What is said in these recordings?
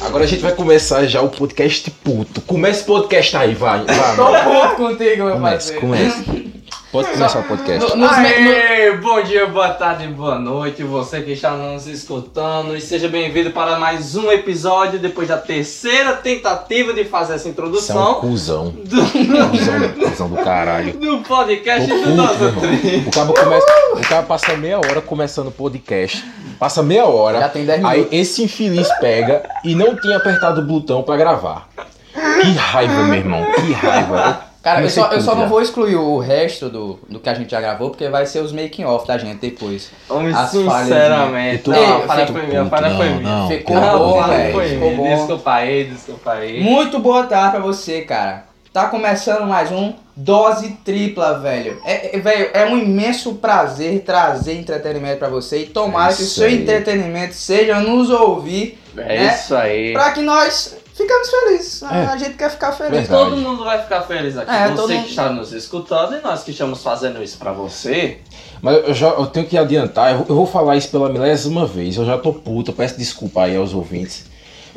Agora a gente vai começar já o podcast puto. Começa o podcast aí, vai. vai Tô mano. puto contigo, meu começa, parceiro. começa. Pode começar o podcast. No- nos me- no- Aê, bom dia, boa tarde, boa noite, você que está nos escutando e seja bem-vindo para mais um episódio depois da terceira tentativa de fazer Isso é essa um introdução cuzão. é um do, Cuzão, cuzão do caralho. do podcast Tô do puto, meu Nossa irmão. Tri. O cara começa, o cara passa meia hora começando o podcast. Passa meia Já hora. tem 10 Aí minutos. esse infeliz pega e não tinha apertado o botão pra gravar. Que raiva, meu irmão. Que raiva. Cara, eu comecei só, eu tudo só já. não vou excluir o resto do, do que a gente já gravou, porque vai ser os making off da gente depois. Homem, As Eu sinceramente, tô- não, eu a falha tô foi minha, a puto, falha foi não, minha. não, Ficou pelo Não, amor de bom, a falha Deus. velho. foi ficou minha. Hum, bom. Desculpa aí, desculpa aí. Muito boa tarde pra você, cara. Tá começando mais um Dose Tripla, velho. É, é- velho, é um imenso prazer trazer entretenimento pra você e tomara É que o isso seu aí. entretenimento seja nos ouvir É né? isso aí. pra que nós ficamos felizes. A gente quer ficar feliz. É. Verdade. Todo mundo vai ficar feliz aqui. É, todo você mundo- que está nos escutando e nós que estamos fazendo isso pra você. Mas eu, já, eu tenho que adiantar, eu, vou- eu vou falar isso pela milésima vez. Eu já tô puto, eu peço desculpa aí aos ouvintes.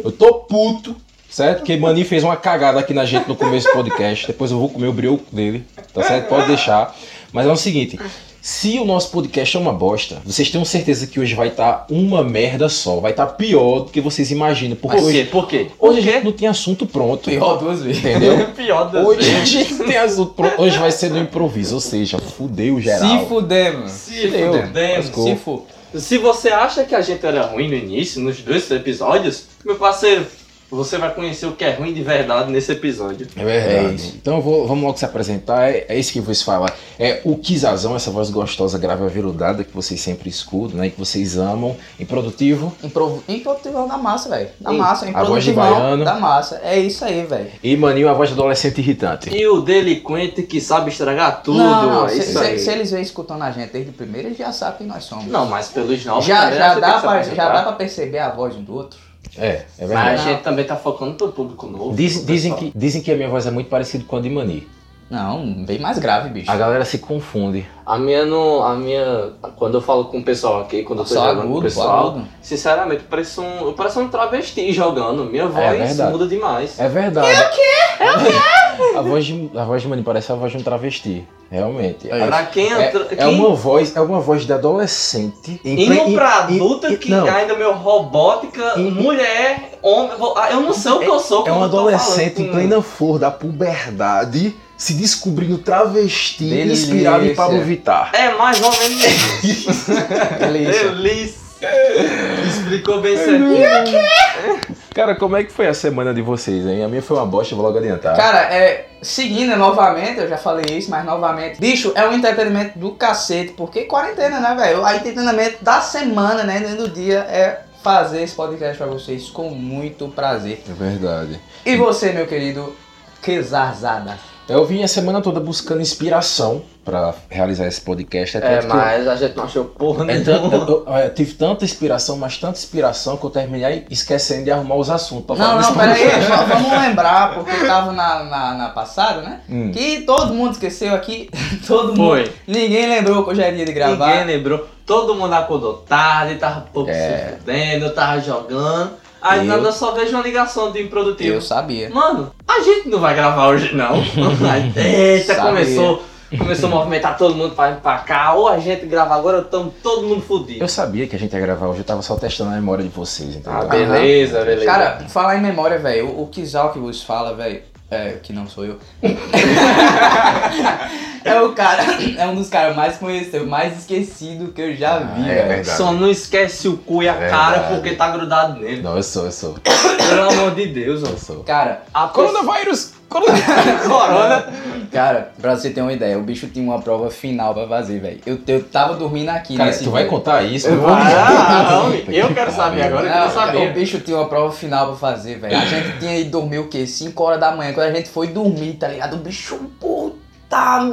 Eu tô puto, certo? Porque Mani fez uma cagada aqui na gente no começo do podcast. Depois eu vou comer o brioco dele, tá certo? Pode deixar. Mas é o seguinte: se o nosso podcast é uma bosta, vocês tenham certeza que hoje vai estar uma merda só. Vai estar pior do que vocês imaginam. Porque Por hoje, quê? Por quê? hoje a Por quê? gente não tem assunto pronto, Pior duas vezes. entendeu? Pior das Hoje vezes. a gente não tem assunto pronto. Hoje vai ser no improviso, ou seja, fudeu geral. Se fudemos. Se Fudeu. fudemos. Lascou. Se fu. Se você acha que a gente era ruim no início, nos dois episódios, meu parceiro, você vai conhecer o que é ruim de verdade nesse episódio. É verdade. É isso. então eu vou- vamos logo se apresentar. É, é isso que eu vou falar. É o Kizazão, essa voz gostosa, grave aveludada que vocês sempre escutam, né? Que vocês amam. Improdutivo. Improv... Improdutivão da massa, velho. Da massa, a voz de improdutivão baiano. da massa. É isso aí, velho. E Maninho, a voz de adolescente irritante. E o delinquente que sabe estragar tudo. não, não, é se, isso se- aí. se eles vêm escutando a gente desde o primeiro, eles já sabem quem nós somos. Não, mas pelos novos. já, também, já, você tá? dá tem que pra, se já dá apresentar. pra perceber a voz um do outro. É, é Mas verdade. a gente também tá focando pro público novo. Diz- pro dizem, pessoal. que, dizem que a minha voz é muito parecida com a de Mani. Não, bem mais grave, bicho. A galera se confunde. A minha não. A minha. Quando eu falo com o pessoal aqui, quando eu tô Só jogando com o agudo, pessoal, agudo. sinceramente, eu pareço um. Eu pareço um travesti jogando. Minha voz É verdade. muda demais. É verdade. É o quê? A voz de, a voz de Mani parece a voz de um travesti. Realmente. É Pra quem É- entra. É quem uma voz, é uma voz de adolescente. Indo pra em- em- adulta em- que não. ainda meu robótica, Em- mulher, homem. vo- ah, Eu não sei o que eu sou. É quando um eu tô adolescente falando em com- plena flor da puberdade se descobrindo travesti Delícia. inspirado em Pablo Vittar. É mais ou menos isso. Delícia. Delícia. Explicou É bem certinho. Cara, como é que foi a semana de vocês, hein? A minha foi uma bosta, vou logo adiantar. Cara, é. Seguindo novamente, eu já falei isso, mas novamente. Bicho, é um entretenimento do cacete, porque quarentena, né, velho? O entretenimento da semana, né? dentro Do dia é fazer esse podcast pra vocês com muito prazer. É verdade. E você, meu querido, que zarzada. Eu vim a semana toda buscando inspiração pra realizar esse podcast. É, tanto que eu- mas a gente não achou porra é nenhuma. tanto- eu, eu- eu tive tanta inspiração, mas tanta inspiração que eu terminei esquecendo de arrumar os assuntos pra falar Não, desse não, pera aí, podcast. só vamos lembrar, porque tava na, na, na passada, né? Hum. Que todo mundo esqueceu aqui, todo mundo. Foi. Ninguém lembrou que hoje é dia de gravar. Ninguém lembrou. Todo mundo acordou tarde, tava pouco É. se fudendo, tava jogando. Aí Eu- nada, eu só vejo uma ligação do improdutivo. Eu sabia. Mano, a gente não vai gravar hoje não. Eita, Sabia. começou. Começou a movimentar todo mundo pra, pra cá. Ou a gente grava agora, ou tamo todo mundo fudido. Eu sabia que a gente ia gravar hoje, eu tava só testando a memória de vocês, entendeu? Ah, beleza, beleza. Cara, falar em memória, velho, o, o Kizal que vos fala, velho, é, que não sou eu. é o cara, é um dos caras mais conhecidos, mais esquecido que eu já vi, Ah, é velho. verdade. só não esquece o cu e a Verdade. cara porque tá grudado nele. Não, eu sou, eu sou, Pelo amor de Deus, ó. eu sou. Cara, A Coronavírus! Coronavírus! pessoa- Corona. cara, pra você ter uma ideia, o bicho tinha uma prova final pra fazer, velho. Eu, eu tava dormindo aqui Cara, nesse tu vai dia. contar isso? meu Ah, amigo? homem, eu quero saber agora, eu quero Não, o saber. bicho tinha uma prova final pra fazer, velho. A gente tinha ido dormir o quê? 5 horas da manhã. Quando a gente foi dormir, tá ligado? O bicho, puta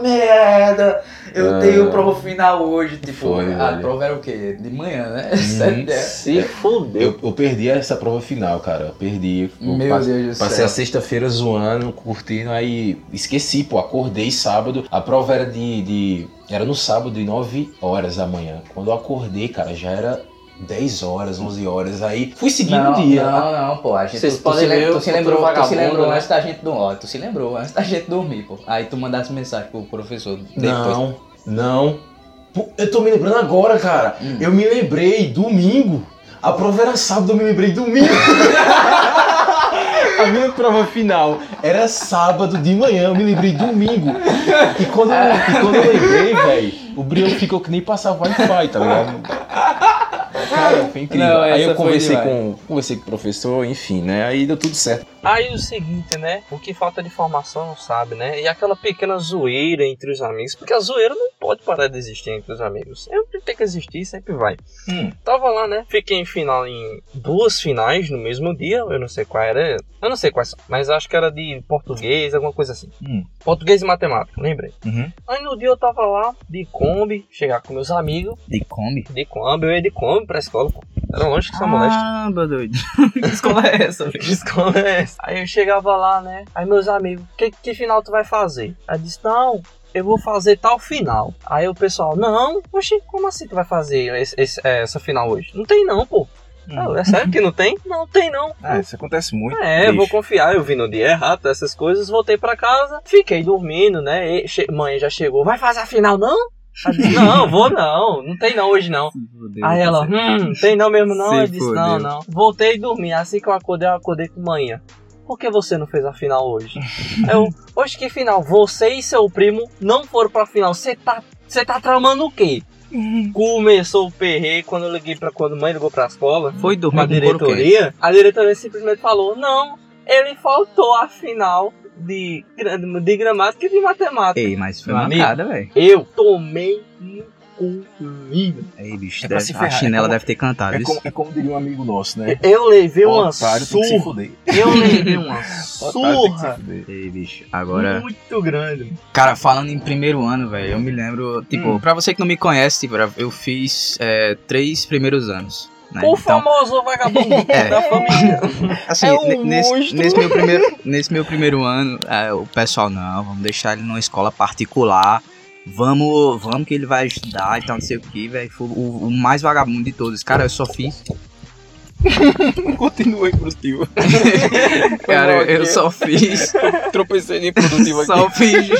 merda! Eu Ah. tenho prova final hoje. Tipo, Foi, a velho. Uhum. prova era o quê? De manhã, né? Sete horas. Se fudeu. Eu, eu perdi essa prova final, cara. Eu perdi. Eu Meu passe- Deus do Passei céu. a sexta-feira zoando, curtindo, aí esqueci, pô. Acordei sábado. A prova era de. de- era no sábado, de 9 horas da manhã. Quando eu acordei, cara, já era 10 horas, 11 horas. Aí fui seguindo Não, o dia. não, não, pô. A gente, Vocês tu, tu, podem se lem- ver o tu se futuro lembrou, tu se vagabundo, lembrou né? antes da gente dormir. Ó, tu se lembrou antes da gente dormir, pô. Aí tu mandasse mensagem pro professor depois. Não, não. Pô, Eu tô me lembrando agora, cara. Hum. Eu me lembrei domingo. A prova era sábado, eu me lembrei domingo. A minha prova final era sábado de manhã, eu me lembrei domingo. E quando eu, e quando eu lembrei, velho, o Brião ficou que nem passava Wi-Fi, tá ligado? Cara, foi incrível. Não, essa Aí eu foi conversei demais. com, conversei com o professor, enfim, né? Aí deu tudo certo. Aí o seguinte, né? O que falta de formação não sabe, né? E aquela pequena zoeira entre os amigos, porque a zoeira não pode parar de existir entre os amigos. Sempre tem que existir, sempre vai. Hum. Tava lá, né? Fiquei em final em duas finais no mesmo dia. Eu não sei qual era. Eu não sei quais são, mas acho que era de português, alguma coisa assim. Hum. Uhum. Português e matemática, lembrei. Aí no dia eu tava lá de Kombi, chegar com meus amigos, De Kombi? de Kombi, eu ia de Kombi pra escola. pô. Era longe que essa molesta. meu doido. que escola é essa, velho? Desconto é essa. Aí eu chegava lá, né? Aí meus amigos, que, que final tu vai fazer? Aí disse, não, eu vou fazer tal final. Aí o pessoal, não, oxi, como assim tu vai fazer esse- esse- é, essa final hoje? Não tem não, pô. Ah, é sério que não tem? Não tem não. Ah, isso acontece muito. É, bicho. vou confiar, eu vim no dia errado, essas coisas, voltei pra casa, fiquei dormindo, né? E che- mãe já chegou, vai fazer a final não? Aí eu disse, não, vou não, não tem não hoje não. Aí ela, hum, tem não mesmo não? Se Eu disse, não, fodeu. não. Voltei e dormi. Assim que eu acordei, eu acordei com manhã. Por que você não fez a final hoje? Aí eu, hoje que final? Você e seu primo não foram pra final. Você tá, você tá tramando o quê? Começou o perreio quando eu liguei pra quando a mãe ligou pra escola, Foi dormir pra com couro diretoria. A diretoria simplesmente falou: não, ele faltou a final de, gra- de gramática e de matemática. Ei, mas foi Meu uma amigo. nada, velho. Eu tomei no cu livre. Ei, bicho, É pra deve- se a ferrar, é chinela como- deve ter cantado É isso. como, é como diria um amigo nosso, né? Eu levei uma Otário tem que se surra. fuder. Eu levei uma Otário tem que se surra fuder. Ei, bicho, agora... muito grande. Hum. Cara, falando em primeiro ano, velho, eu me lembro... Tipo, pra você que não me conhece, tipo, eu fiz é, três primeiros anos. Né? O famoso vagabundo É. da família. Assim, É um ne- nesse, monstro. nesse meu primeiro, nesse meu primeiro ano, é, o pessoal, não, vamos deixar ele numa escola particular. Vamos, vamos que ele vai estudar e tal, não sei o que, velho. Foi o, o mais vagabundo de todos. Cara, eu só fiz. Continua improdutivo. Cara, eu só fiz. Tropecei de improdutivo Tipo aqui. Só fiz.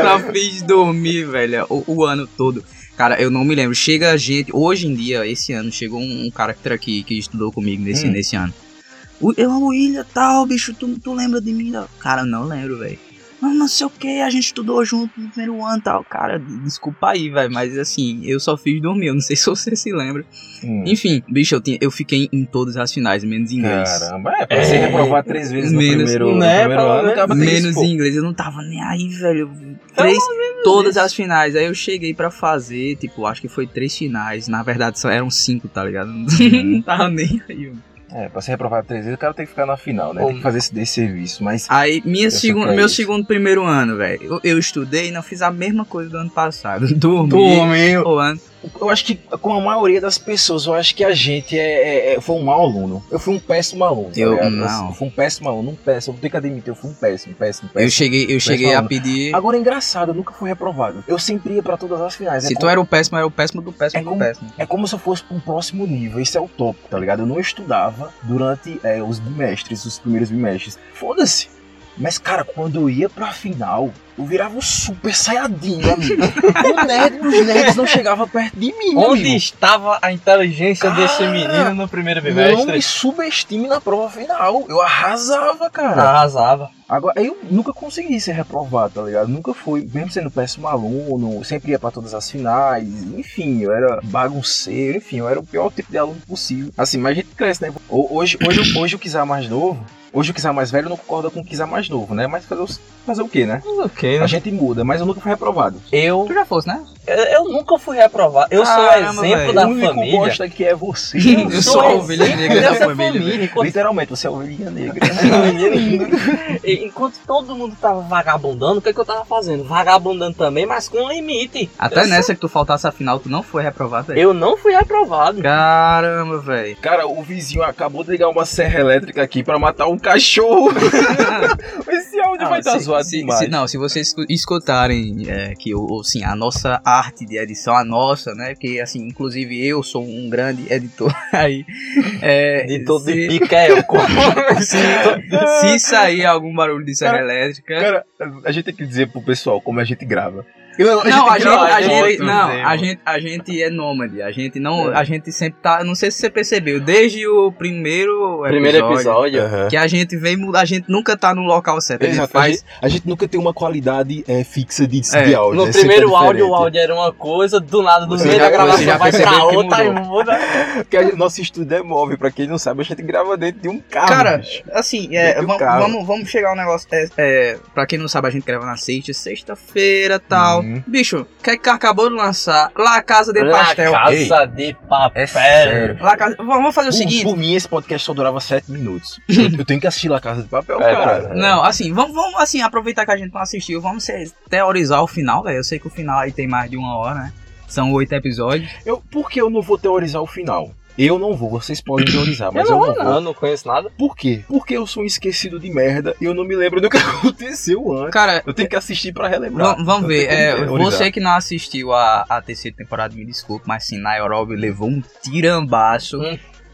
só fiz dormir, velho. O, o ano todo. Cara, eu não me lembro. Chega gente. Hoje em dia, esse ano, chegou um, um cara que, tra- que, que estudou comigo nesse, Hum. nesse ano. O- Eu, o William, tal, bicho, tu, tu lembra de mim? Não. Cara, eu não lembro, velho. Mas não sei o que, a gente estudou junto no primeiro ano e tal. Cara, desculpa aí, velho. Mas assim, eu só fiz dormir. Eu não sei se você se lembra. Hum, Enfim, bicho, eu, tinha- eu fiquei em todas as finais, menos em inglês. Caramba, é, pra você reprovar três vezes no Menos- primeiro, Né, no primeiro pra- ano, acaba Menos pô. inglês, eu não tava nem aí, velho. Três, todas as finais. Aí eu cheguei pra fazer, tipo, acho que foi três finais. Na verdade, só eram cinco, tá ligado? não tava nem aí. mano. É, pra você reprovar três vezes, o cara tem que ficar na final, né? Tem que fazer esse, desse serviço, mas... Aí, minha Eu segun, sei que é meu isso. segundo primeiro ano, velho. Eu, eu estudei e não fiz a mesma coisa do ano passado. Dormi. Dormiu. ou antes. Eu acho que, com a maioria das pessoas, eu acho que a gente é, é- é- foi um mau aluno. Eu fui um péssimo aluno. tá Eu- ligado? não. Eu fui um péssimo aluno, um péssimo. Eu tenho que admitir, eu fui um péssimo, péssimo, Eu péssimo. cheguei, eu cheguei a pedir. Agora, engraçado, eu nunca fui reprovado. Eu sempre ia pra todas as finais. Se é tu era o péssimo, era o péssimo do péssimo É do como- péssimo. É como se eu fosse para um próximo nível, esse é o topo, tá ligado? Eu não estudava durante é, os bimestres, os primeiros bimestres. Foda-se. Mas, cara, quando eu ia pra final, eu virava um super saiadinho, amigo. o nerd dos nerds não chegava perto de mim, Onde amigo. estava a inteligência Cara, desse menino no primeiro Não bimestre? me subestime na prova final. Eu arrasava, cara. Arrasava. Agora, eu nunca consegui ser reprovado, tá ligado? Nunca fui, mesmo sendo péssimo aluno, sempre ia pra todas as finais, enfim, eu era bagunceiro, enfim, eu era o pior tipo de aluno possível. Assim, mas a gente cresce, né? Ho- Hoje, hoje, hoje o Kizar mais novo, hoje o Kizar mais velho não concorda com o Kizar mais novo, né? Mas fazer, o- fazer o quê, né? Ok, A gente muda, mas eu nunca fui reprovado. Eu, Tu já fosse, né? eu, eu nunca fui reprovado. Eu Caramba, sou o exemplo velho. da o único família. bosta que é você. Eu sou a o ovelha exemplo negra da dessa família, Enquanto Literalmente, você é a ovelhinha negra. E- Enquanto todo mundo tava vagabundando, o que, que eu tava fazendo? Vagabundando também, mas com limite. Até eu, nessa que tu faltasse a final, tu não foi reprovado, velho. eu não fui reprovado. Caramba, velho. Cara, o vizinho acabou de ligar uma serra elétrica aqui pra matar um cachorro. Esse é onde vai estar Ah, se- zoado se- demais. se- não, se vocês escu- escutarem é, que o- o, assim, a nossa arte de edição, a nossa, né? Porque assim, inclusive eu sou um grande editor aí. É, De todo de se- pica é eu. se, se sair algum barulho de serra Cara, elétrica. Cara, a gente tem que dizer pro pessoal como a gente grava. Eu- Não, a gente, grava a de gente, outro, não, Zé, a mano. gente, a gente é nômade, a gente É. não, a gente sempre tá, não sei se você percebeu, desde o primeiro episódio, Primeiro episódio. Aham. que a gente vem, mu- a gente nunca tá no local certo, a gente Exato, faz, a, gente, a gente nunca tem uma qualidade é, fixa de, de É, áudio. No né? Sempre é primeiro áudio, o diferente. áudio era uma coisa, do nada, do Você meio já- da você gravação já vai pra percebeu que outra e muda. Porque a gente- nosso estúdio é móvel, pra quem não sabe, a gente grava dentro de um carro. Cara, bicho. Assim, é, Dentro do vam- carro. vamos, vamos chegar ao negócio. É, é, pra quem não sabe, a gente grava na sexta, sexta-feira tal. Uhum. Bicho, que que acabou de lançar La Casa de La Pastel. casa de papel. É sério. La Casa... Vamos vamos fazer é o Por- seguinte. Por mim, esse podcast só durava 7 minutos. Eu, eu tenho que assistir La Casa de Papel, É, cara. cara. Não, assim, vamos, vamos assim, aproveitar que a gente não assistiu, vamos ser- teorizar o final, velho. Eu sei que o final aí tem mais de uma hora, né? São oito episódios. Eu, por que eu não vou teorizar o final? Eu não vou, vocês podem teorizar, mas eu não, vou. não, não conheço nada. Por quê? Porque eu sou um esquecido de merda e eu não me lembro do que aconteceu antes. Cara, Eu tenho que assistir pra relembrar. vam- vamos Não ver. tem é, como teorizar. você que não assistiu a, a terceira temporada, me desculpe, mas sim, na Europa levou um tirambaço.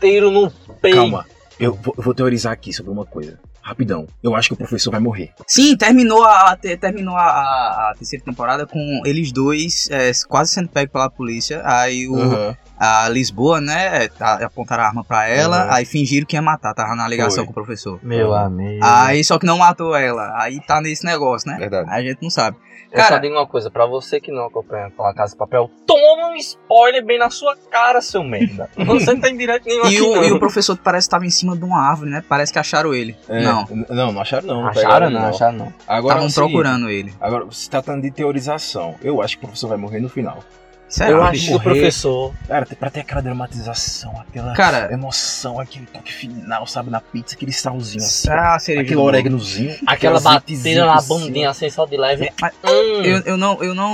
Tiro no peito. Calma, eu vou, eu vou teorizar aqui sobre uma coisa. Rapidão, eu acho que o professor vai morrer. Sim, terminou a, te- terminou a, a- a terceira temporada com eles dois é, quase sendo pegos pela polícia. Aí o, Uhum. a Lisboa, né, a- apontaram a arma pra ela, Uhum. aí fingiram que ia matar, tava na ligação Foi. com o professor. Meu amigo. Aí só que não matou ela, aí tá nesse negócio, né? Verdade. A gente não sabe. Eu só Cara- digo uma coisa, pra você que não acompanha pela Casa de Papel, toma um spoiler bem na sua cara, seu merda. Você não tá tem direito nenhum E aqui, o, não. e o professor parece que tava em cima de uma árvore, né? Parece que acharam ele. É. Não, Não, não É. acharam não. não Acharam pegaram, não, acharam não. Agora é estavam o seguinte, procurando ele. Agora, se tratando de teorização, eu acho que o professor vai morrer no final. Será? Eu Ah, acho que o morrer. professor... Cara, tem- pra ter aquela dramatização, aquela Cara- emoção, aquele toque final, sabe, na pizza, aquele salzinho assim. Será a é um cereja Aquele do bolo? oréganozinho. Aquela aquele batida azeitezinho na por cima. bundinha, assim, só de leve. Mas- Hum. Eu, eu não, eu não.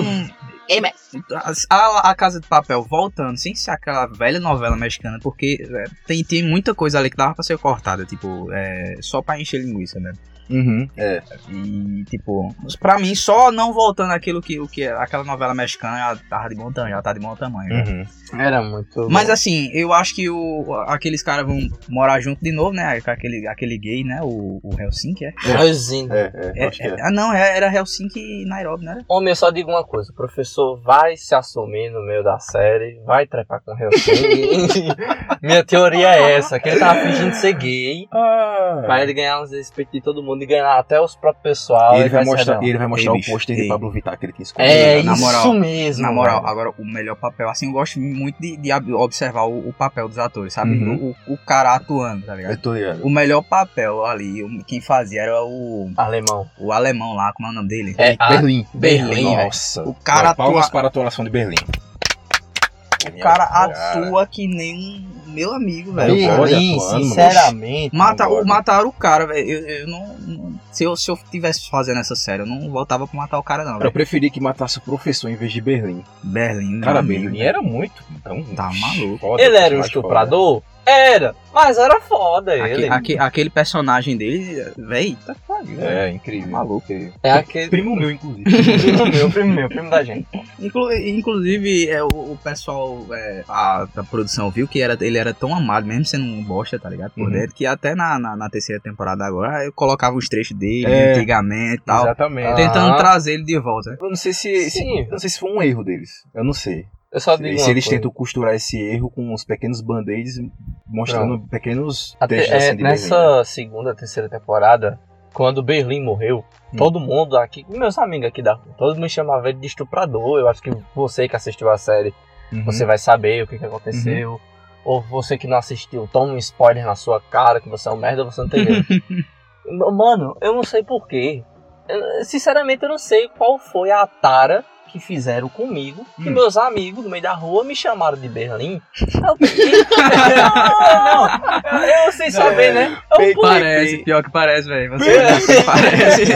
A, a Casa de Papel voltando, sem ser aquela velha novela mexicana, porque é, tem, tem muita coisa ali que dava pra ser cortada, tipo, é, só pra encher linguiça, né? Uhum, é. E, tipo, pra mim, só não voltando aquilo que, o que é- aquela novela mexicana já tava de bom tamanho, já tá de bom tamanho. né? Uhum. Era muito... Mas assim, eu acho que o, aqueles caras vão morar junto de novo, né? Com Aquele, aquele gay, né? O, o Helsinki, é? Raizinho. É, é, É, acho que é. é- Ah, não, é- era Helsinki e Nairobi, né? Homem, eu só digo uma coisa, o professor vai se assumir no meio da série, vai trepar com o Helsinki. Minha teoria é essa, que ele tava fingindo ser gay, É. pra ele ganhar os respeitos de todo mundo e ganhar até os próprios pessoal. E ele, vai se mostrar, rebelar. ele vai mostrar Ei, o bicho, pôster ei. de Pablo Vittar que ele tinha escondido. É Na isso moral, mesmo. Na moral, é. velho. agora o melhor papel, assim, eu gosto muito de, de ab- observar o, o papel dos atores, sabe? Uhum. O, o cara atuando, tá ligado? Eu tô ligado. O melhor papel ali, o- quem fazia era o, Alemão. o alemão lá, como é o nome dele? É, a- Berlim. Berlim, velho. Nossa. O cara Vai, Palmas atua- para a atuação de Berlim. O É. cara Cara. atua que nem um meu amigo, velho. Eu gosto de Berlim, É, atuando, mano. sinceramente. Mata, Concordo. o, mataram o cara, velho. Eu, eu não, não- Se eu, se eu tivesse fazendo essa série, eu não voltava pra matar o cara, não. Eu velho. preferi que matasse o professor em vez de Berlim. Berlim, meu Cara, amigo, Berlim velho. era muito. Então, Tá maluco. foda, Ele era um mais estuprador? Era, mas era foda ele. é Aque- aque- aquele personagem dele, velho, tá foda. foda, É, incrível. Maluco. É aquele. Primo meu, inclusive. primo meu, primo meu, primo da gente. Inclu- inclusive, é, o, o pessoal é, a- da produção viu que era, ele era tão amado, mesmo sendo um bosta, tá ligado? Por Uhum. dentro, que até na, na, na terceira temporada agora eu colocava os trechos dele, É. antigamente e tal. Exatamente. Ah. Tentando trazer ele de volta. Eu não sei se, se- Sim. eu não sei se foi um erro deles. Eu não sei. Eu só digo. E se uma eles coisa. tentam costurar esse erro com uns pequenos band-aids mostrando pequenos Até- textos é, assim de nessa Berlim. segunda, terceira temporada, quando o Berlim morreu, Hum. todo mundo aqui, meus amigos aqui da rua, todo mundo chamava ele de estuprador. Eu acho que você que assistiu a série, Uhum. você vai saber o que, que aconteceu. Ou você que não assistiu, toma um spoiler na sua cara que você é um merda, você não entendeu. M- Mano, eu não sei porquê. Sinceramente, eu não sei qual foi a tara que fizeram comigo. Que Hum. meus amigos no meio da rua me chamaram de Berlim. Eu, não, não, eu, eu sem saber, É, né? Eu, Pe- pô, Parece, pior que parece, velho. Você parece.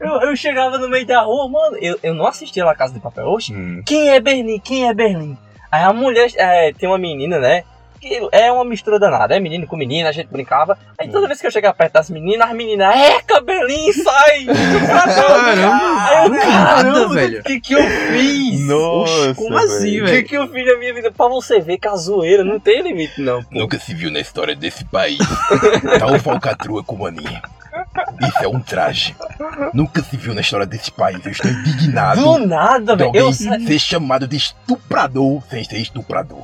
eu, eu chegava no meio da rua, mano. Eu, eu não assistia La Casa de Papel hoje. Hum. Quem é Berlim? Quem é Berlim? Aí a mulher, é, tem uma menina, né? que é uma mistura danada. É menino com menina, a gente brincava. Aí toda vez que eu chegava perto das meninas, as meninas, é, cabelinho, sai! Caramba. Aí eu, Nada, caramba, velho. o que que eu fiz? Nossa, como assim, O que velho? que eu fiz na minha vida? Pra você ver que a zoeira não tem limite, não. pô. Nunca se viu na história desse país tal falcatrua como a minha. Isso é um traje. Nunca se viu na história desse país. Eu estou indignado Do nada, de velho. Eu alguém sa- ser chamado de estuprador sem ser estuprador.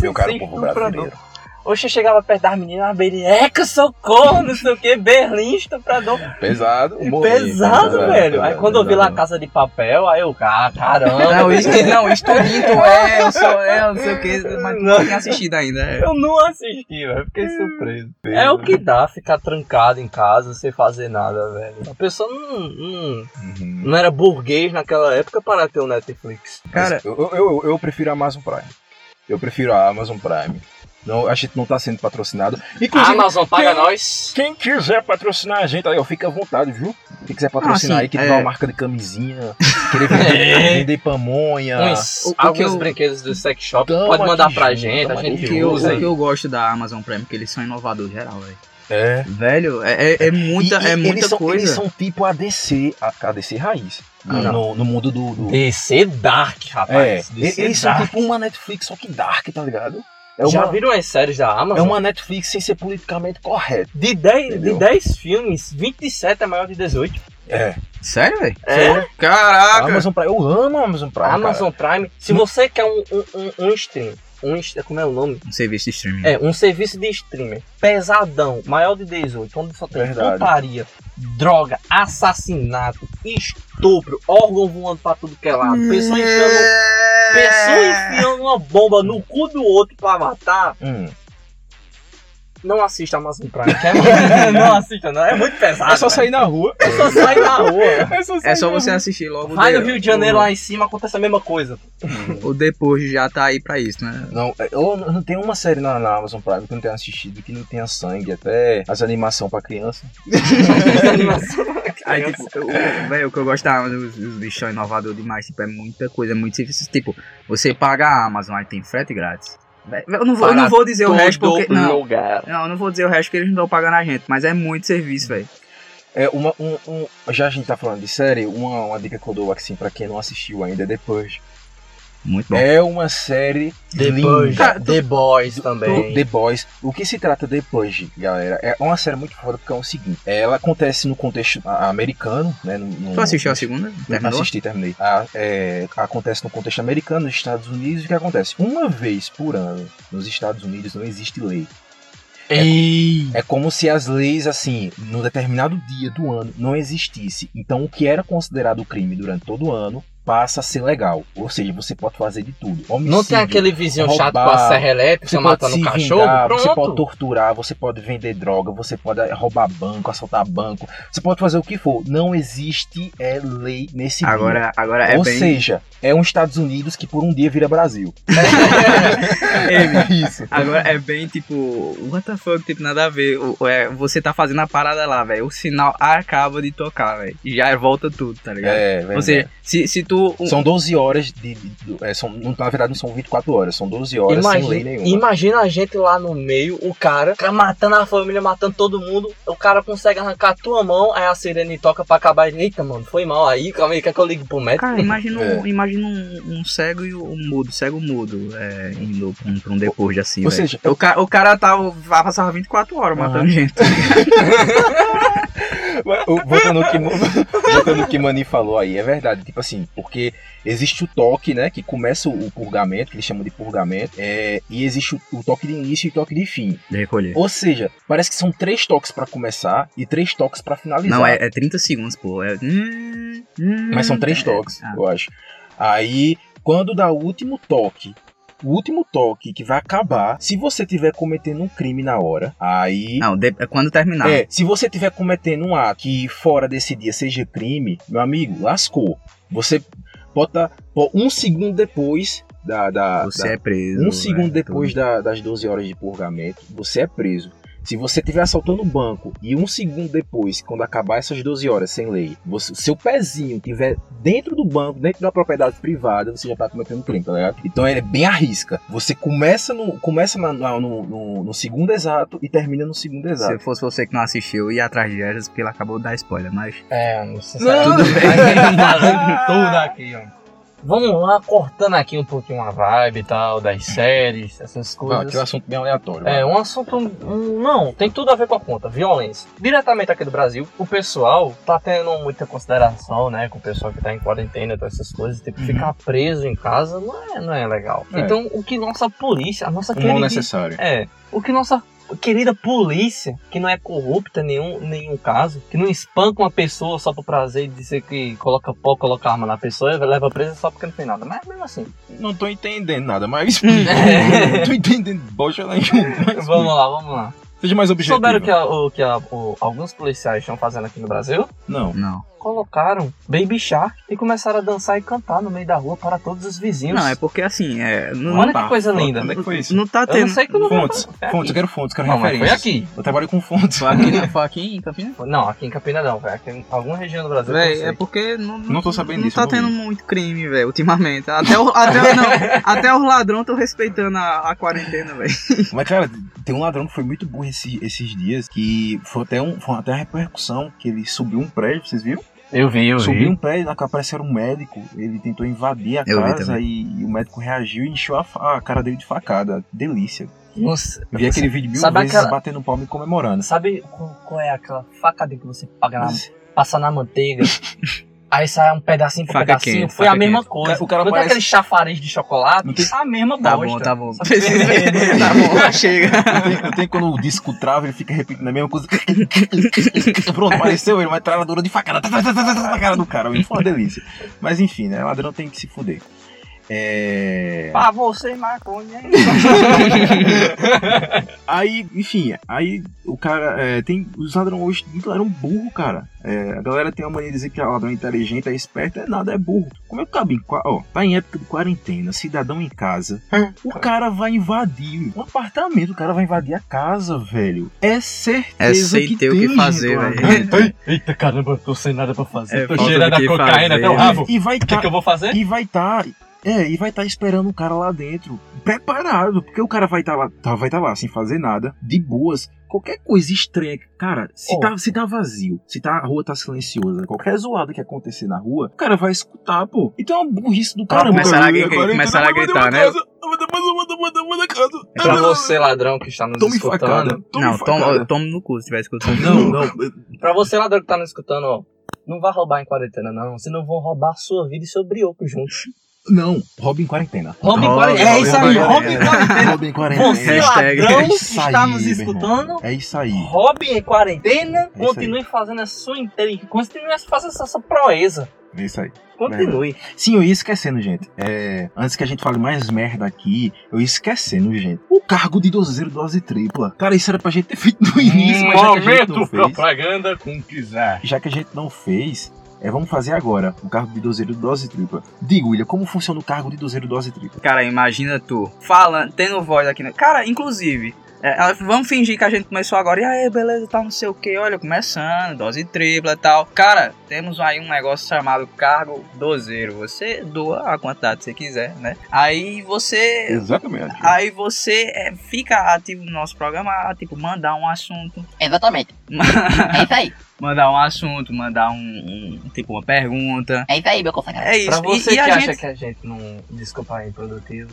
Meu caro sem povo estuprador. brasileiro. Oxe, eu chegava perto das meninas, as meninas, eca, socorro, não sei o que, Berlim, estuprador. Pesado. E É pesado, velho. Aí quando eu vi lá a Casa de Papel, aí eu, ah, caramba. Não, é isso, não, isso todinho é, eu sou eu, não sei o que, mas não tinha assistido ainda. é. Eu não assisti, velho. Fiquei surpreso. É o que dá ficar trancado em casa sem fazer nada, velho. A pessoa não, não, Uhum. não era burguês naquela época para ter o Netflix. Cara, Eu, eu- eu, eu prefiro a Amazon Prime. Eu prefiro a Amazon Prime. Não, a gente não tá sendo patrocinado. A Inclusive, Amazon paga nós. quem quiser patrocinar a gente, aí, ó, fica à vontade, viu? Quem quiser patrocinar Ah, sim, aí, que é. tiver uma marca de camisinha, querer vender, vender pamonha. Uns, o- o que alguns eu- brinquedos do sex shop Tamo pode mandar aqui pra junto, gente, a tamo o gente que, eu, usa. o aí. que eu gosto da Amazon Prime, que eles são inovadores geral, velho. É. Velho, é, é- é muita, E- e é muita eles são, coisa. Eles são tipo ADC, a- ADC raiz. Ah, no, não. no- no mundo do. do- DC Dark, É, rapaz. e- DC eles são Dark. tipo uma Netflix, só que dark, tá ligado? É Já uma, viram as séries da Amazon? é uma Netflix sem ser politicamente correta. De 10, de Entendeu? 10 filmes, 27 é maior de 18. É. Sério, velho? É, A Caraca! Amazon Prime, eu amo a Amazon Prime. a cara. Amazon Prime. Se você quer um, um, um, um stream, um, est- como é o nome? Um serviço de streaming. É, um serviço de streamer pesadão, maior de 18, onde só tem Verdade. putaria, droga, assassinato, estupro, órgão voando pra tudo que é lado, pessoa enfiando, É. pessoa enfiando uma bomba no cu do outro pra matar. Hum. Não assista Amazon Prime, que é muito- não assista não, é muito pesado. É só sair na rua. velho. É só sair na rua. É só você assistir logo Vai de- no Rio de Janeiro o, lá em cima, acontece a mesma coisa. O depois já tá aí pra isso, né? Hum. Não, eu não tem uma série na, na Amazon Prime que eu não tenha assistido, que não tenha sangue, até as animação pra criança. Aí, tipo, eu- eu- velho, o que eu gosto da Amazon, os, os bichos são inovadores demais, tipo, é muita coisa, é muito serviço. Tipo, você paga a Amazon, aí tem frete grátis. Velho, Eu não vou, eu não Para vou dizer o resto porque. Não, lugar. não, eu não vou dizer o resto que eles não estão pagando a gente, mas é muito serviço, velho. É uma, um, um- já a gente tá falando de série, uma, uma dica que eu dou assim pra quem não assistiu ainda é The Purge. Muito É uma série The linda. Boys, Cara, The Boys do também. The Boys. O que se trata The Purge, galera? É uma série muito foda porque é o seguinte: ela acontece no contexto a- americano, né? No, no, Tu assistiu a segunda? Terminou? Terminou? Assisti, é terminei. A- é, acontece no contexto americano, nos Estados Unidos, e o que acontece? Uma vez por ano, nos Estados Unidos não existe lei. Ei. É como se as leis, assim, num determinado dia do ano não existisse. Então, o que era considerado crime durante todo o ano passa a ser legal. Ou seja, você pode fazer de tudo. é- Não tem Homicídio, aquele vizinho roubar, chato com a serra Você elétrica pode matando se o cachorro? vingar, você pode Pronto. torturar, você pode vender droga, você pode roubar banco, assaltar banco, você pode fazer o que for. Não existe é, lei nesse dia. Agora, agora é Ou bem. seja, é um Estados Unidos que por um dia vira Brasil. Ei, meu, isso. Agora é bem tipo, what the fuck, tipo, nada a ver. O- o- é, você tá fazendo a parada lá, velho. O sinal acaba de tocar, velho. E já volta tudo, tá ligado? É, Ou seja, se, se tu. um, são 12 horas de. de- do- é, são, não, na verdade, não são 24 horas, são 12 horas sem lei Imagina, nenhuma. imagina a gente lá no meio, o cara tá matando a família, matando todo mundo. O cara consegue arrancar a tua mão, aí a sirene toca pra acabar. Eita, mano, foi mal aí. Calma aí, quer que eu ligue pro médico? Cara, imagina, É. um, imagina um, um cego e um mudo, cego mudo, é, indo pra um, pra um depois de assim. Ou velho. seja- o, ca o cara tá, tava, passava 24 horas Aham. matando gente. O- Voltando ao que, Mo- voltando ao que Mani falou aí, é verdade. Tipo assim, porque existe o toque, né? Que começa o o purgamento, que eles chamam de purgamento, é, e existe o, o toque de início e o toque de fim. De recolher. Ou seja, parece que são três toques pra começar e três toques pra finalizar. Não, é, é 30 segundos, pô. É, hum, hum, Mas são três é, toques, ah. eu acho. Aí, quando dá o último toque, o último toque que vai acabar, se você tiver cometendo um crime na hora, aí Não, de- é quando terminar. É, se você tiver cometendo um ato que fora desse dia seja crime, meu amigo, lascou. Você bota pô, um segundo depois da. da- Você da- é preso. um segundo é, depois da- das 12 horas de purgamento, você é preso. Se você estiver assaltando o banco e um segundo depois, quando acabar essas 12 horas sem lei, você, seu pezinho estiver dentro do banco, dentro da propriedade privada, você já tá cometendo crime, tá ligado? Então ele é bem à risca. Você começa no, começa na- na- no, no- no segundo exato e termina no segundo Se exato. fosse você que não assistiu, ia atrás de Eras, porque ele acabou de dar spoiler, mas. É, não sei Não, tudo não. bem. Falando tudo aqui, ó. Vamos lá, cortando aqui um pouquinho a vibe e tal, das séries, essas Ah, coisas. que é um assunto bem aleatório. É, um assunto. hum, Não, tem tudo a ver com a conta. Violência. Diretamente aqui do Brasil, o pessoal tá tendo muita consideração, né? Com o pessoal que tá em quarentena, todas essas coisas. Tipo, ficar preso em casa não é, não é legal. Uhum. É. Então, o que nossa polícia, a nossa um mal querida. necessário. É, o que nossa querida polícia, que não é corrupta em nenhum, nenhum caso, que não espanca uma pessoa só por prazer de dizer que coloca pó, coloca arma na pessoa, leva presa só porque não fez nada. Mas mesmo assim. Não tô entendendo nada, mas explica. não tô entendendo bosta nenhuma. mas Vamos lá, vamos lá. Seja mais objetivo. Souberam que, a- o, que a- o- alguns policiais estão fazendo aqui no Brasil? Não. Não. Colocaram Baby Shark e começaram a dançar e cantar no meio da rua para todos os vizinhos. Não, é porque assim, é. Não, Olha que coisa linda. Onde é que foi isso? não tá Eu não tendo. sei como Fontes. foi aqui. Fontes, eu quero fontes, quero Não, mas foi referências. aqui. Eu trabalho com fontes. Foi aqui, né? Foi aqui em Campinas? Não, aqui em Campina não, velho. Aqui em alguma região do Brasil. Véi, eu é não sei. porque não, Não tô sabendo não disso, tá eu não tendo vi. muito crime, velho, ultimamente. Até, o, até, não, até os ladrões tão respeitando a, a quarentena, velho. Mas, cara, tem um ladrão que foi muito burro esse- esses dias, que foi até, um, foi até uma repercussão, que ele subiu um prédio, vocês viram? Eu vi, eu subiu um prédio, na apareceu um médico, ele tentou invadir a Eu vi casa e, e o médico reagiu e encheu a, fa- a cara dele de facada. Delícia. Nossa, Eu vi aquele vídeo mil Sabe vezes aquela- batendo palma e comemorando. Sabe qual, qual é aquela facada que você paga na, passa na manteiga? Aí sai um pedacinho por Faca pedacinho. quente, Foi a faca mesma quente. coisa. O cara não parece- tem aquele chafariz de chocolate? Não tem- A mesma Tá bosta. bom, tá bom. Sabe? tá bom, chega. Não tem, não tem quando o disco trava, ele fica repetindo a mesma coisa. Pronto, apareceu ele, uma travadora de facada. Tá, tá, tá, tá, tá, tá, Na cara do cara, foi uma delícia. Mas enfim, né? Ladrão tem que se fuder. É. Pra Ah, você, maconha. Aí, enfim, aí o cara é, tem. Os ladrões hoje, muito ladrão burro, cara. É, a galera tem a mania de dizer que é ladrão inteligente, é esperto, é nada, é burro. Como é que o cabinho? Ó, tá em época de quarentena, cidadão em casa. O cara vai invadir um apartamento, o cara vai invadir a casa, velho. É certeza. É sem que ter o que tem fazer, gente lá velho. dentro. Eita caramba, tô sem nada pra fazer. É, Tô falta cheirando do que a cocaína fazer, até o rabo. E vai tá, é eu vou fazer? e vai tá, é, e vai tá esperando o cara lá dentro, preparado, porque o cara vai tá lá, tá- vai tá lá sem fazer nada, de boas. Qualquer coisa estranha, cara, se, Ó. tá, se tá vazio, se tá, a rua tá silenciosa, qualquer zoada que acontecer na rua, o cara vai escutar, pô. Então é um burrice do cara, começaram a gri- começaram a gritar, né? Manda, manda, manda, manda, manda casa. É Pra você, ladrão, que está nos Tome facada. escutando. Tome não, toma, facada. toma no cu se tiver escutando. Não, não. Pra você, ladrão, que tá nos escutando, ó. Não vai roubar em quarentena, não. Senão vão roubar a sua vida e seu brioco juntos. Não, Robin quarentena. Rouba em Rouba, quarentena. rouba em rouba em quarentena. É Robin quarentena. Você, Hashtag. ladrão, que É isso está aí, nos meu irmão. escutando. É isso aí. Roube em quarentena, É isso continue fazendo a sua inteligência, continue fazendo essa sua proeza. É isso aí. Continue. Sim, eu ia esquecendo, gente. É, antes que a gente fale mais merda aqui, eu ia esquecendo, gente. O cargo de dozeiro dose tripla. Cara, isso era pra gente ter feito no início, Hum. mas já que a gente não fez. propaganda com quiser. Já que a gente não fez, é, vamos fazer agora o cargo de dozeiro dose tripla. Digo, William, como funciona o cargo de dozeiro dose tripla? Cara, imagina tu falando, tendo voz aqui. né? Cara, inclusive, é, ah, vamos fingir que a gente começou agora. E aí, beleza, tá não sei o que. Olha, começando, dose tripla e tal. Cara, temos aí um negócio chamado cargo dozeiro. Você doa a quantidade que você quiser, né? Aí você. Exatamente. Aí você é, fica ativo no nosso programa, tipo, mandar um assunto. Exatamente. É isso aí. mandar um assunto, mandar um, um- tipo, uma pergunta. É isso aí, meu consagrado. É isso. Pra você e, e que a acha gente... que a gente não. Desculpa aí, produtivo.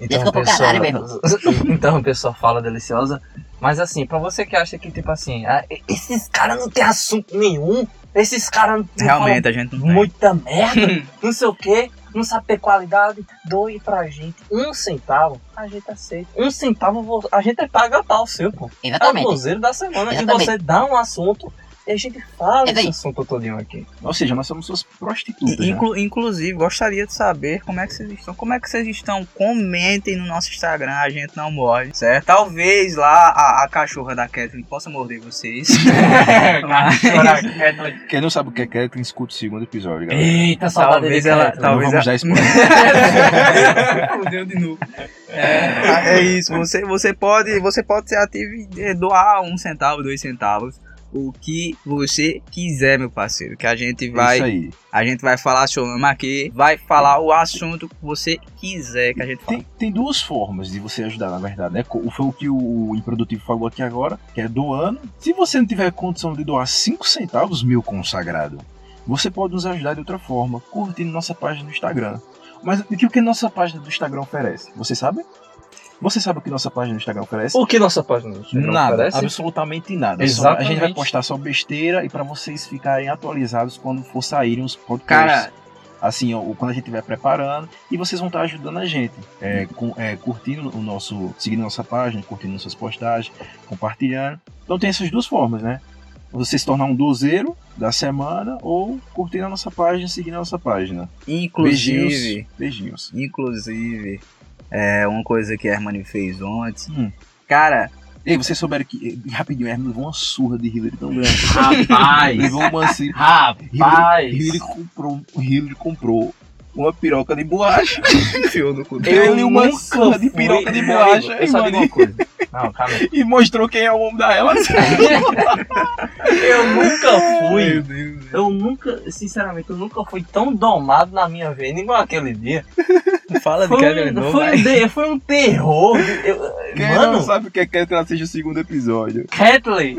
Desculpa o caralho, meu irmão. então, pessoal, fala deliciosa. Mas assim, pra você que acha que, tipo assim, ah, esses caras não tem assunto nenhum, esses caras não não Realmente, né? a gente não falam tem. muita merda, não sei o que, não sabe ter qualidade, doe pra gente um centavo, a gente aceita. Um centavo vo- a gente paga pau seu, pô. É o Exatamente. Cruzeiro da semana. E Exatamente. você dá um assunto E a gente fala É daí. esse assunto todinho aqui. Ou seja, nós somos suas prostitutas. I- né? inclu- inclusive, gostaria de saber como é que vocês estão. Como é que vocês estão? Comentem no nosso Instagram, a gente não morde, certo? Talvez lá a, a cachorra da Kathleen possa morder vocês. Mas- Quem não sabe o que é Kathleen, escuta o segundo episódio, galera. Eita, talvez ela. Não Talvez vamos ela... dar spoiler. Fudeu de novo. É, é isso. Você, você, pode, você pode ser ativo e eh, doar um centavo, dois centavos. O que você quiser, meu parceiro. Que a gente É Isso vai. aí. A gente vai falar seu nome aqui. Vai falar o assunto que você quiser que a gente fale. Tem, tem duas formas de você ajudar, na verdade, né? Co- Foi o que o Improdutivo falou aqui agora, que é doando. Se você não tiver condição de doar 5 centavos, meu consagrado, você pode nos ajudar de outra forma, curtindo nossa página no Instagram. Mas o que, o que nossa página do Instagram oferece? Você sabe? Você sabe o que nossa página do Instagram oferece? O que nossa página do Instagram Nada, oferece? absolutamente nada. Só- a gente vai Exatamente. postar só besteira e pra vocês ficarem atualizados quando for saírem os podcasts Cara, assim, ó, quando a gente estiver preparando, e vocês vão estar ajudando a gente, é, com- é, curtindo o nosso, seguindo nossa página, curtindo nossas postagens, compartilhando. Então tem essas duas formas, né? Você se tornar um dozeiro da semana ou curtir a nossa página, seguir a nossa página. inclusive. Beijinhos. Beijinhos. Inclusive, é uma coisa que a Hermione fez ontem. Hum. Cara, Ei, vocês souberam que. eh, Rapidinho, Hermes levou uma surra de Hillary tão grande. Rapaz! levou uma assim. Hillary Rapaz! comprou, um- Hillary comprou uma piroca de borracha. enfiou no cu. Eu li uma nunca surra de fui- piroca de Meu borracha, amigo, hein, Eu só digo mano? uma coisa. Não, calma aí. e mostrou quem é o homem da relação. Eu nunca fui. Meu Deus. Eu nunca, sinceramente, eu nunca fui tão domado na minha vida igual aquele dia. Fala de Foi Kevin um, novo. foi um, de- foi um terror. Eu- Quem não mano, sabe o que é que assiste o segundo episódio. Catley,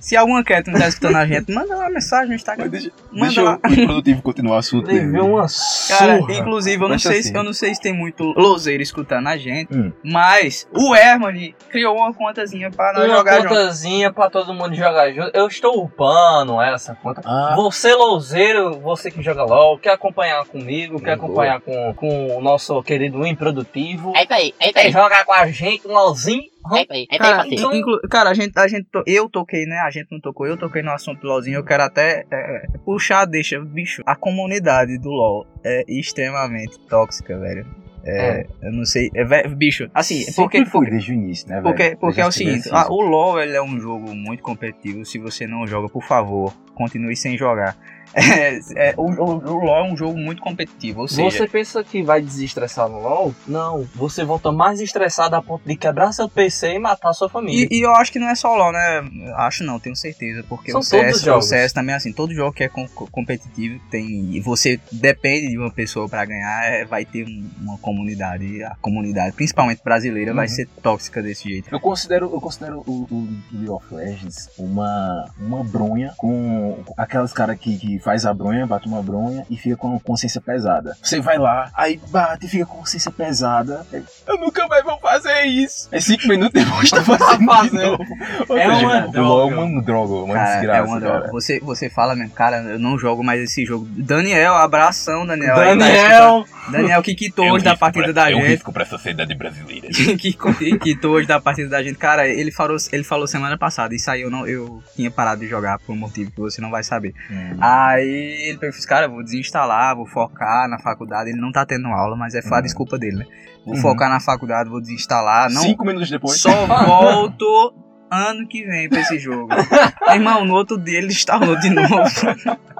Se alguma cat não tá escutando a gente, manda lá uma mensagem no Mas Instagram. deixa, Manda deixa lá. eu, o produtivo continuar o assunto dele. levou uma Cara, surra. inclusive, eu não, Deixa sei assim. se, eu não sei se tem muito louzeiro escutando a gente, Hum. mas o Hermione criou uma contazinha pra nós uma jogar junto. contazinha pra todo mundo jogar junto. Eu estou upando essa conta. Ah, Você, louzeiro, você que joga LOL, quer acompanhar comigo, Boa. quer acompanhar com, com o nosso querido improdutivo, É isso aí, é isso quer aí. jogar com a gente, um LOLzinho, É isso aí, é isso aí, Cara, parceiro. inclu- inclu- cara, a gente, a gente, to- eu toquei, né? A gente não tocou, eu toquei no assunto do LOLzinho. Eu quero até é, é, puxar, deixa, bicho. A comunidade do LOL é extremamente tóxica, velho. É, eu não sei, é, vé- bicho. Assim, porque, sempre foi desde o início, né, velho? porque, porque é o Desde seguinte: primeira ah, o LoL ele é um jogo muito competitivo. Se você não joga, por favor, continue sem jogar. É, é, o, o- o LoL é um jogo muito competitivo, ou seja, Você pensa que vai desestressar no LOL? Não, você volta mais estressado a ponto de quebrar seu PC e matar sua família. E, e eu acho que não é só LOL, né? Acho não, tenho certeza. Porque São o, CS, todos os jogos. o CS também é assim, todo jogo que é com- co- competitivo tem. E você depende de uma pessoa pra ganhar, é, vai ter um- uma comunidade. e A comunidade, principalmente brasileira, vai ser tóxica desse jeito. Eu considero, eu considero o, o League of Legends uma, uma bronha com aquelas caras que, que faz a bronha, bate uma bronha e fica com a consciência pesada. Você vai lá, aí bate e fica com a consciência pesada. aí, Eu nunca mais vou fazer isso. É cinco minutos depois tá fazendo. fazendo. de novo. Ou É seja, uma o LoL droga. É uma droga, uma Cara, desgraça. é uma droga. cara. Você, você fala mesmo, cara, eu não jogo mais esse jogo. Daniel, abração, É, Daniel. aí tá escutando. Daniel, Daniel que quitou É um hoje da risco partida pra- da É um gente. risco pra sociedade brasileira. que, que, que quitou hoje da partida da gente. Cara, ele falou, ele falou semana passada. Isso aí eu, não, eu tinha parado de jogar por um motivo que você não vai saber. Ah, Aí ele fez, assim, cara, eu vou desinstalar, vou focar na faculdade. Ele não tá tendo aula, mas é foi a Hum. desculpa dele, né? Vou Uhum. focar na faculdade, vou desinstalar. Não, Cinco minutos depois. só volto ano que vem pra esse jogo. Irmão, no outro dia ele instalou de novo.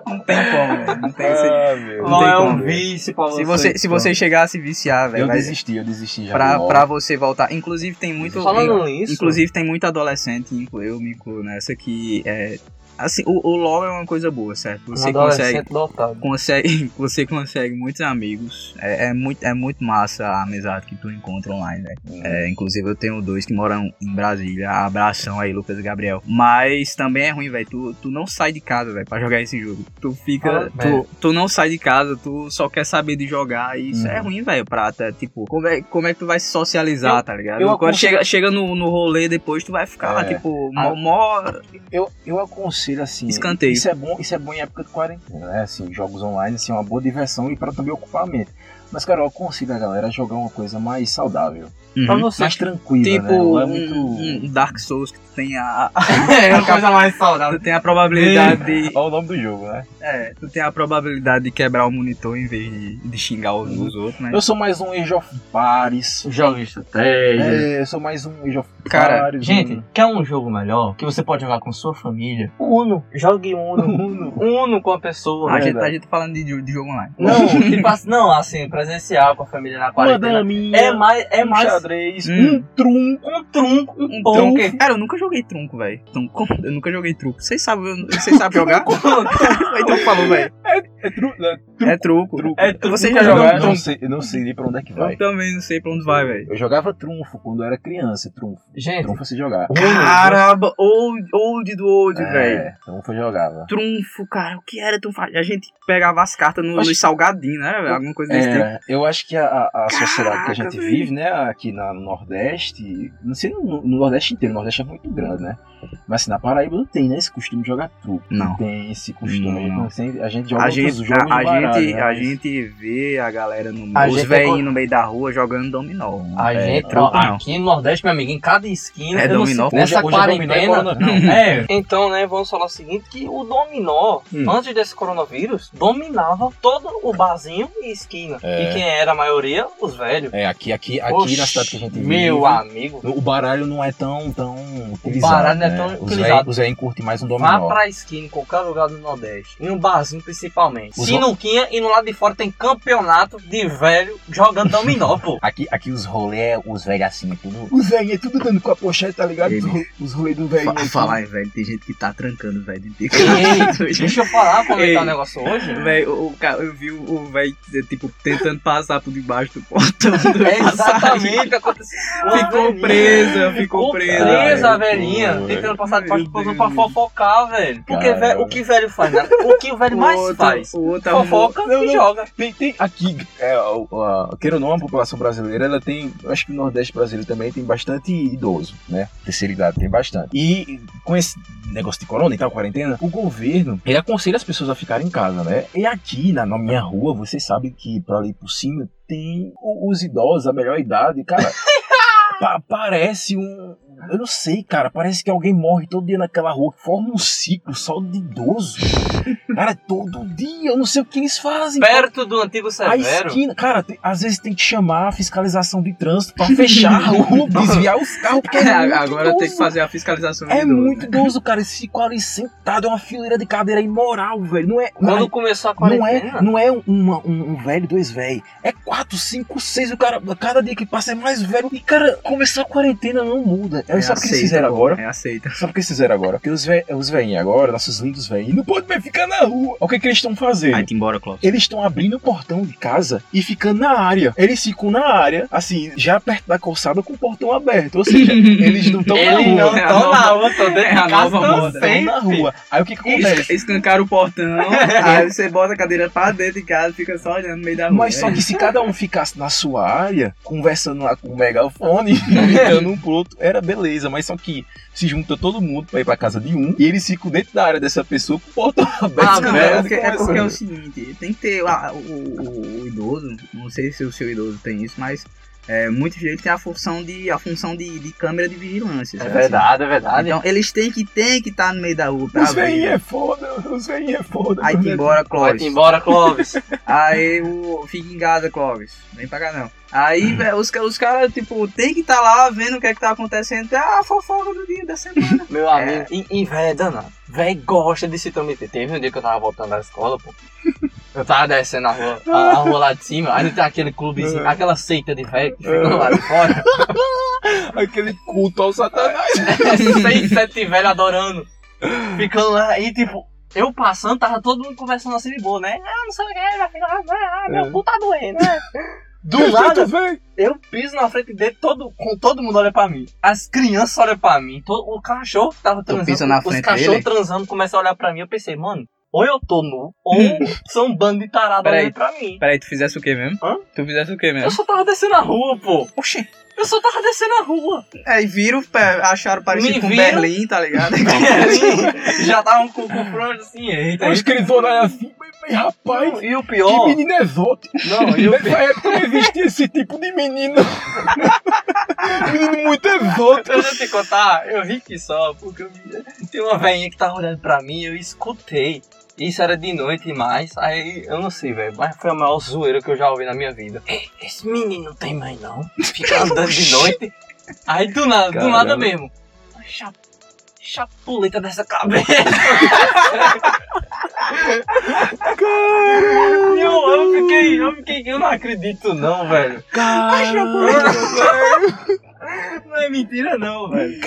não tem como, velho. Não tem esse... LOL tem é um como, velho. vício pra você. Se você, se você chegar a se viciar, velho, Ah, Eu vai- desisti, eu desisti já. do pra, LoL. pra você voltar. Inclusive tem muito. Falando nisso, Inclusive, tem muito adolescente, inclu- eu me incluo nessa, que é. Assim, o, o LOL é uma coisa boa, certo? um Você consegue. adolescente dotado. Consegue, você consegue muitos amigos. É, é muito, é muito massa a amizade que tu encontra online, né? Hum. É, inclusive eu tenho dois que moram em Brasília. Abração aí, Lucas e Gabriel. Mas também é ruim, velho. Tu, tu não sai de casa, velho, pra jogar esse jogo. Tu fica. Ah, velho. tu, tu não sai de casa, tu só quer saber de jogar. E isso Uhum. é ruim, velho, pra. tá, tipo, como é, como é que tu vai se socializar, tá ligado? eu Quando aconselho- chega, chega no, no rolê depois, tu vai ficar lá, É. tipo, Ah. mó. mó- Eu, eu aconselho assim. Escanteio. Isso é bom, isso é bom em época de quarentena, né? Assim, jogos online, assim, é uma boa diversão e para também ocupar a mente. Mas, cara, eu aconselho a galera a jogar uma coisa mais saudável. Pra Uhum. você. Mais tranquila, Tipo, né? Não é um- muito... um Dark Souls que tu tem a. é uma coisa mais saudável. Tu tem a probabilidade de. Olha o nome do jogo, né? É, tu tem a probabilidade de quebrar o monitor em vez de, de xingar os, os outros, né? Eu sou mais um Age of Paris. Joga estratégia. É, eu sou mais um Age of Uhum. Cara, Paris. um- Gente, quer um jogo melhor que você pode jogar com sua família? Uno. Jogue Uno. Uno. Uno com a pessoa. a, né? gente, a gente tá falando de, jo- de jogo online. Não, tipo assim, não, assim, presencial com a família na Uma quarentena. daminha, É mais, é um mais xadrez, Hum. um trunco. um trunco, um Um pão. trunco. Cara, eu nunca joguei trunco, velho. Trunco. Eu nunca joguei truco. Vocês sabem, eu- vocês sabem jogar? então falou, velho. É tru... é É truco. truco. É truco. Vocês Eu já jogaram jogava- não, um trunco? sei, eu não sei nem pra onde é que vai. Eu também não sei pra onde vai, velho. É. Eu jogava trunfo quando eu era criança, trunfo. Gente, Trunfo se jogar. Caramba, old, old do old, velho. É, trunfo eu jogava. Trunfo, cara, o que era trunfo? A gente pegava as cartas no, nos salgadinhos, né? velho? Alguma coisa desse tipo. É, eu acho que a, a- a sociedade que a Caraca, gente velho. vive, né, aqui na no Nordeste, não sei no, no Nordeste inteiro, o Nordeste é muito grande, né? Mas assim, na Paraíba não tem, né, esse costume de jogar truco. Não. Tem esse costume. Não, não. Assim, a gente joga A outros gente, jogos a, a de baralho, gente, né, a mas- gente vê a galera no A os gente velhinhos é no meio da rua jogando dominó. a É, gente, truco ó, não. aqui no Nordeste, meu amigo, em cada esquina, É eu não dominó. sei- nessa Hoje- hoje é dominó e quarentena. coronavírus. É. Então, né, vamos falar o seguinte, que o dominó, Hum. antes desse coronavírus, dominava todo o barzinho e esquina. É. E quem era a maioria? Os velhos. É, aqui, aqui, aqui Oxi, na cidade que a gente vive. Meu amigo. o baralho não é tão, tão utilizado. baralho não é né? tão Os utilizado. véi- Os aí curtem mais um Vá dominó. pra esquina, em qualquer lugar do Nordeste. Em um barzinho, principalmente. Os Sinuquinha e no lado de fora tem campeonato de velho jogando dominó, pô. Aqui, aqui os rolê, os velhos assim, tudo. Os velhos tudo dando com a pochete, tá ligado? Os rolê, do Fa- falar, hein, velho, tem gente que tá trancando, velho. dentro de Ei, casa. Deixa eu falar, Ei. comentar um negócio hoje. Véi, o, o, ca- eu vi o, o velho, tipo, tentando passar por debaixo do portão. do É passarinho. exatamente o que aconteceu. Ficou presa, ficou presa. presa a velho. velhinha, Pô, tentando passar debaixo do Meu portão pra Deus. fofocar, velho. Porque Caramba. velho, o que velho faz? né? O que o velho mais outro- faz? O outro é um arrumou- Fofoca e joga. Tem, tem aqui, é, o- a- queira ou não, a população brasileira, ela tem, eu acho que no Nordeste brasileiro também tem bastante idoso, né? Terceira idade tem bastante. E com esse negócio de corona e tal, quarentena, o governo, ele aconselha as pessoas a ficarem em casa, né? E aqui na, na minha rua, você sabe que pra ali por cima tem o- os idosos, a melhor idade, cara. pa- parece um. Eu não sei, cara. Parece que alguém morre todo dia naquela rua, que forma um ciclo só de idoso. Cara, todo dia, eu não sei o que eles fazem. Perto do antigo Tá A Severo. esquina, cara, tem- às vezes tem que chamar a fiscalização de trânsito pra fechar a rua, desviar os carros, porque é muito Agora tem que idoso. fazer a fiscalização. É de novo, muito né? idoso, cara. Eles ficam ali sentados, é uma fileira de cadeira imoral, velho. Não é. Quando começou a Não é, quarentena. não é um, uma- um- um velho, dois velho. É quatro, cinco, seis. O cara, cada dia que passa é mais velho. E, cara, começar a quarentena não muda. É, É sabe o que eles aceita, fizeram pô, agora? É aceita. Sabe o que eles fizeram agora? Porque os, ve os velhinhos agora, nossos lindos velhinhos, não podem mais ficar na rua. Olha O que, que eles estão fazendo? Vai-te embora, Klaus. Eles estão abrindo o portão de casa e ficando na área. Eles ficam na área, assim, já perto da calçada com o portão aberto. Ou seja, eles não estão na Ele rua. não É a tá nova- na rua, tô é dentro de a casa, nova tão moda, Tão na safe. rua. Aí o que, que acontece? Es escancar o portão, aí você bota a cadeira pra dentro de casa, fica só olhando no meio da rua. Mas só é. que se cada um ficasse na sua área, conversando lá com o megafone, gritando um pro outro, era beleza. Mas só que se junta todo mundo pra ir pra casa de um e eles ficam dentro da área dessa pessoa com o portão aberto. Ah, não, é, conversando. porque, é porque é o seguinte, tem que ter ah, o, o- o idoso, não sei se o seu idoso tem isso, mas é, muitos deles têm a função de, a função de, de câmera de vigilância. É sabe? assim? verdade, é verdade. Então eles têm que ter que estar no meio da rua Tá pra Os velhinhos ver. é foda, os velhinhos é foda. Aí te embora, Clóvis. Vai-te embora, Clóvis. Aí o. Fica em casa, Clóvis. Vem pra cá não. Aí, velho, os, ca- os caras, tipo, tem que estar lá vendo o que é que tá acontecendo. É a fofoca do dia da semana. Meu amigo, e, e véi, é danado. Véi gosta de se trometer. Teve um dia que eu tava voltando da escola, pô. Eu tava descendo a rua, a, a rua lá de cima, aí tem aquele clubezinho, aquela seita de velho que fica lá de fora. Aquele culto ao satanás. É Seis, sete velho adorando. Ficando lá, e tipo, eu passando, tava todo mundo conversando assim de boa, né? Ah, não sei o que, meu filho, ah, meu cu tá doendo. né? Do nada, eu piso na frente dele, todo, com todo mundo olha pra mim. As crianças olham pra mim. to- o cachorro que tava transando. pisa na os frente cachorros dele? transando começam a olhar pra mim. Eu pensei, mano, ou eu tô nu, ou são um bando de tarado Hum. Peraí. É. olhando pra mim. Peraí, tu fizesse o quê mesmo? Hã? Tu fizesse o quê Eu só tava descendo a rua, pô. Oxê, Eu só tava descendo a rua. Aí viram, pe- acharam parecido Me Hum. com viram. Berlim, tá ligado? Já tava com o front assim, eita. Os que eles olharam assim, mas, mas, rapaz, E o que pior. menino exótico. Não, e o pior. Nessa época não existia esse tipo de menino. menino muito exótico. Eu já te contar, eu ri que só, porque eu vi- tem uma velhinha que tava olhando pra mim, eu escutei. Isso era de noite e mais, aí eu não sei, velho, mas foi a maior zoeira que eu já ouvi na minha vida. "Ei, Esse menino não tem mãe não, fica andando de noite. Aí do nada, do nada mesmo. "Cha- Chapuleta dessa cabeça. E eu, eu fiquei, eu fiquei, eu não acredito não, velho. Não é mentira não, velho.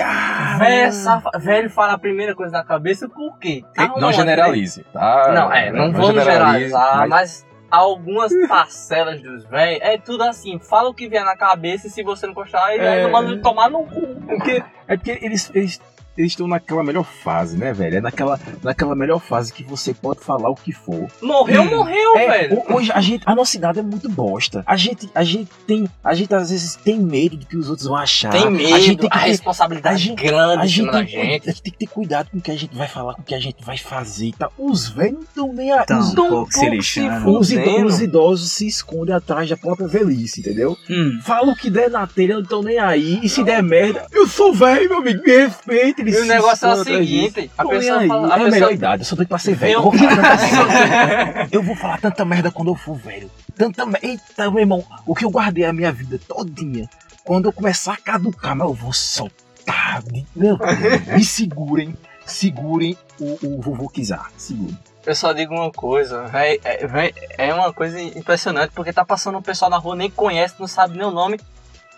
Véio, safa- velho fala a primeira coisa na cabeça, por quê? Há Não uma- generalize, tá? Não, é, não vamos generalize, mas- generalizar, mas... algumas parcelas dos velhos é tudo assim, fala o que vier na cabeça e se você não gostar, ele É. é... manda tomar no cu. Porque, é porque eles eles eles estão naquela melhor fase, né, velho? É naquela, naquela melhor fase que você pode falar o que for. Morreu, morreu, É, velho. ho- Hoje a gente, a nossa idade é muito bosta. A gente, a gente tem, a gente às vezes tem medo do que os outros vão achar. Tem medo, a gente tem que ter- responsabilidade a gente- grande Tá A em gente, cima tem, da que- a gente tem que ter cuidado com o que a gente vai falar, com o que a gente vai fazer e tal. Os velhos não estão nem aí. Tão Os- Tão pouco se pouco lixando. se fu- Os, ido- fudendo. os idosos se escondem atrás da própria velhice, entendeu? Hum. Fala o que der na telha, não estão nem aí. E se der merda, eu sou velho, meu amigo, me respeita. Eles E o se negócio é o escondem atrás disso. seguinte, a Tô nem pessoa aí. fala, é a a melhor pessoa idade, eu sou doido pra ser velho. Eu Eu- vou falar tanta merda. Eu vou falar tanta merda quando eu for velho. Tanta merda. Eita, meu irmão, o que eu guardei a minha vida todinha, quando eu começar a caducar, mas eu vou soltar. de- Meu, Deus, me segurem, segurem o, o vovô Kizar. Segurem. Eu só digo uma coisa, véi, é, véi, é uma coisa impressionante, porque tá passando um pessoal na rua, nem conhece, não sabe nem o nome.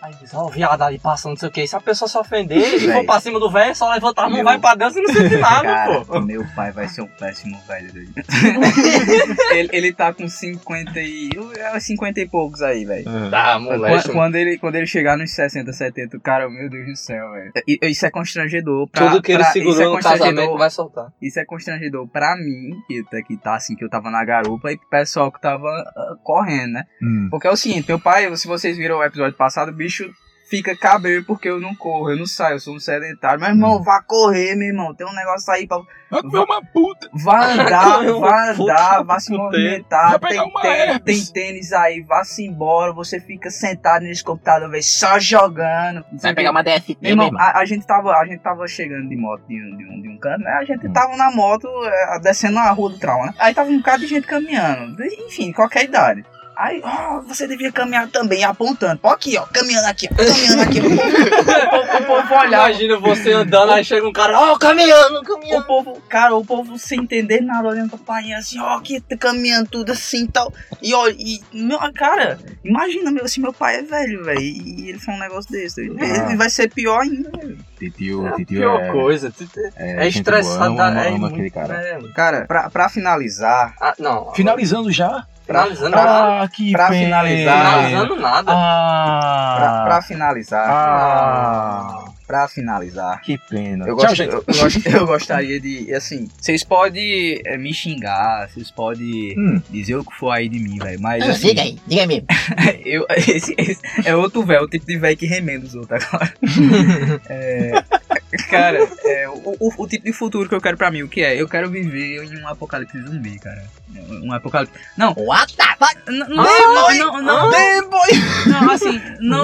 Aí diz, ó, o viado ali passando, não sei o que. Se a pessoa se ofender e for Véi. pra cima do velho, só levantar a mão, Meu. vai pra Deus e não sente nada, Cara, pô. meu pai vai ser um péssimo velho dele. ele, ele tá com 50 e. é, 50 e poucos aí, velho. É. Tá, Quando, quando ele, quando ele chegar nos 60, 70, cara, meu Deus do céu, velho. I- Isso é constrangedor pra Tudo que ele pra- isso é segurou no casamento constrangedor- vai soltar. Isso é constrangedor pra mim, que, tá- que tá assim, que eu tava na garupa, e pro pessoal que tava ah, correndo, né? Hum. Hum. Porque é o seguinte, meu pai, se vocês viram o episódio passado, o bicho fica cabelo porque eu não corro, eu não saio, eu sou um sedentário. Mas, irmão, vá correr, meu irmão, tem um negócio aí pra... Ah, meu, uma puta. Vá andar, Correu, vá puta, andar, vá se puta. movimentar, Vai pegar tem, uma tê- tem herpes. tênis aí, vá-se embora, você fica sentado nesse computador, véi, só jogando. Vai pegar uma DST, Meu irmão, meu irmão. a, a gente tava, a gente tava chegando de moto de um, de um, de um canto, né? A gente Hum. tava na moto, é, descendo a rua do trauma, né? Aí tava um bocado de gente caminhando, de- enfim, qualquer idade. Aí, ó, você devia caminhar também, apontando. Ó, aqui, ó, caminhando aqui, ó, caminhando aqui. o povo olhava. Imagina você andando, aí chega um cara, ó, caminhando, O caminhando. povo, cara, o povo sem entender nada, olhando pra painha assim, ó, que tá caminhando tudo assim e tal. E ó, e, meu, cara, imagina, meu, se meu pai é velho, velho, e ele faz um negócio desse. Ele ele vai ser pior ainda, velho. Titio, É a titio pior é... coisa, tu- é, gente estressado, boa, ama- é ama muito... aquele cara. é- Cara, pra, pra finalizar, ah, não, Finalizando já? finalizando nada. Ah, que pra pena. tá. finalizar- Finalizando nada. Ah, pra, pra finalizar, ah, pra finalizar, que pena. eu, Tchau, gost, gente. eu, eu gost- eu gostaria de, assim, vocês podem eh, me xingar, vocês podem Hum. dizer o que for aí de mim, velho, mas Ah, assim, Diga aí, diga aí mesmo. Eu, esse, esse é outro véio, o tipo de véio que remenda os outros agora. É, cara, é, o, o- o tipo de futuro que eu quero pra mim, o que é? Eu quero viver em um apocalipse zumbi, cara. Um, um apocalipse. Não, What the fuck? n- não, Ah, não, não, não, assim, não,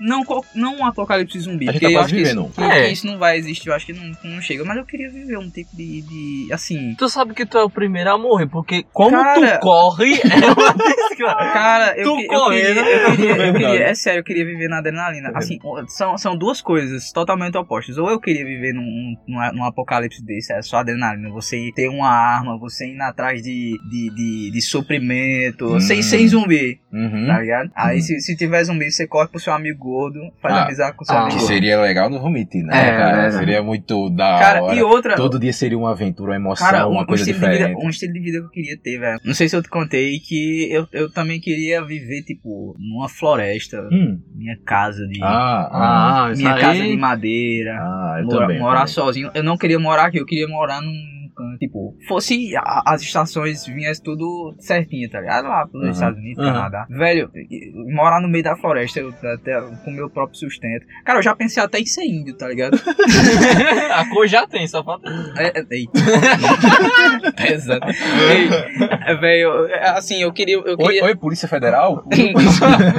não, co- não um apocalipse zumbi. A gente porque tá eu quase acho que isso, vivendo. que- É. que isso não vai existir, eu acho que não, não chega. Mas eu queria viver um tipo de. de assim. Tu sabe que tu é o primeiro a morrer, porque como Cara. tu corre, é uma desgraça. Cara, eu, Tu que- eu correndo. queria, eu queria- eu Verdade. queria- é sério, eu queria viver na adrenalina. Assim, são, são duas coisas totalmente opostas. Ou eu queria viver num, num, num apocalipse desse, é só adrenalina. Você ter uma arma, você ir atrás de, de, de, de suprimento, Hum. sem, sem zumbi, Uhum. tá ligado? Aí se, se tiver zumbi, você corre pro seu amigo gordo, faz Ah, amizade com seu ah, amigo Que gordo. seria legal, não vou mentir, né, É, cara? é, é. Seria muito da Cara, hora. e outra, Todo dia seria uma aventura, uma emoção, Cara, um, uma um coisa estilo de vida, diferente. um estilo de vida que eu queria ter, velho. Não sei se eu te contei que eu, eu também queria viver, tipo, numa floresta, Hum. minha casa de. Ah, ah, Ah, isso minha aí. casa é de madeira. ah, eu mora- também. morar também. sozinho. Eu não queria morar aqui, eu queria morar num canto. Tipo, fosse a- as estações vinhas tudo certinho, tá ligado? Lá pelos Aham. Estados Unidos, Aham. Canadá. Velho, e- e morar no meio da floresta eu, até, com meu próprio sustento. Cara, eu já pensei até em ser índio, tá ligado? A cor já tem, só falta. É, é, ei. Pesado. Ei, é, velho, é, assim, eu queria. Oi, Eu queria... oi, Polícia Federal?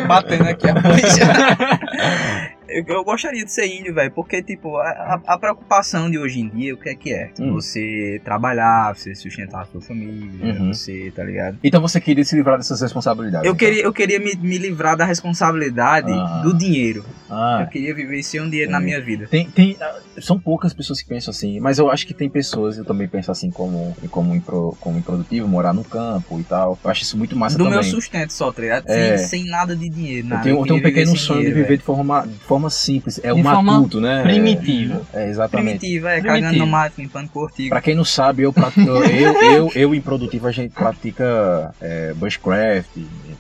Batendo aqui a polícia. Eu, eu gostaria de ser índio, velho, porque, tipo, a, a- a preocupação de hoje em dia, o que é que é? Hum. Você trabalhar, você sustentar a sua família, Uhum. você, tá ligado? Então você queria se livrar dessas responsabilidades. então? Eu queria, eu queria me, me livrar da responsabilidade Ah. do dinheiro. Eu Ah, queria viver sem um dinheiro na minha vida. tem, tem, ah, são poucas pessoas que pensam assim, mas eu acho que tem pessoas, eu também penso assim como, como, impro, como improdutivo, morar no campo e tal. Eu acho isso muito massa do também. meu sustento só, tá ligado? É. Sem, sem nada de dinheiro. eu Nada. tenho, eu tenho um queria viver pequeno sem sonho de dinheiro, viver velho. de forma, de forma simples. É De um forma adulto, né? Primitiva. É, é, exatamente. Primitiva, é, Primitivo. cagando no mato, limpando cortico. Pra quem não sabe, eu, prati- eu, eu, eu, eu, improdutivo, a gente pratica é, bushcraft,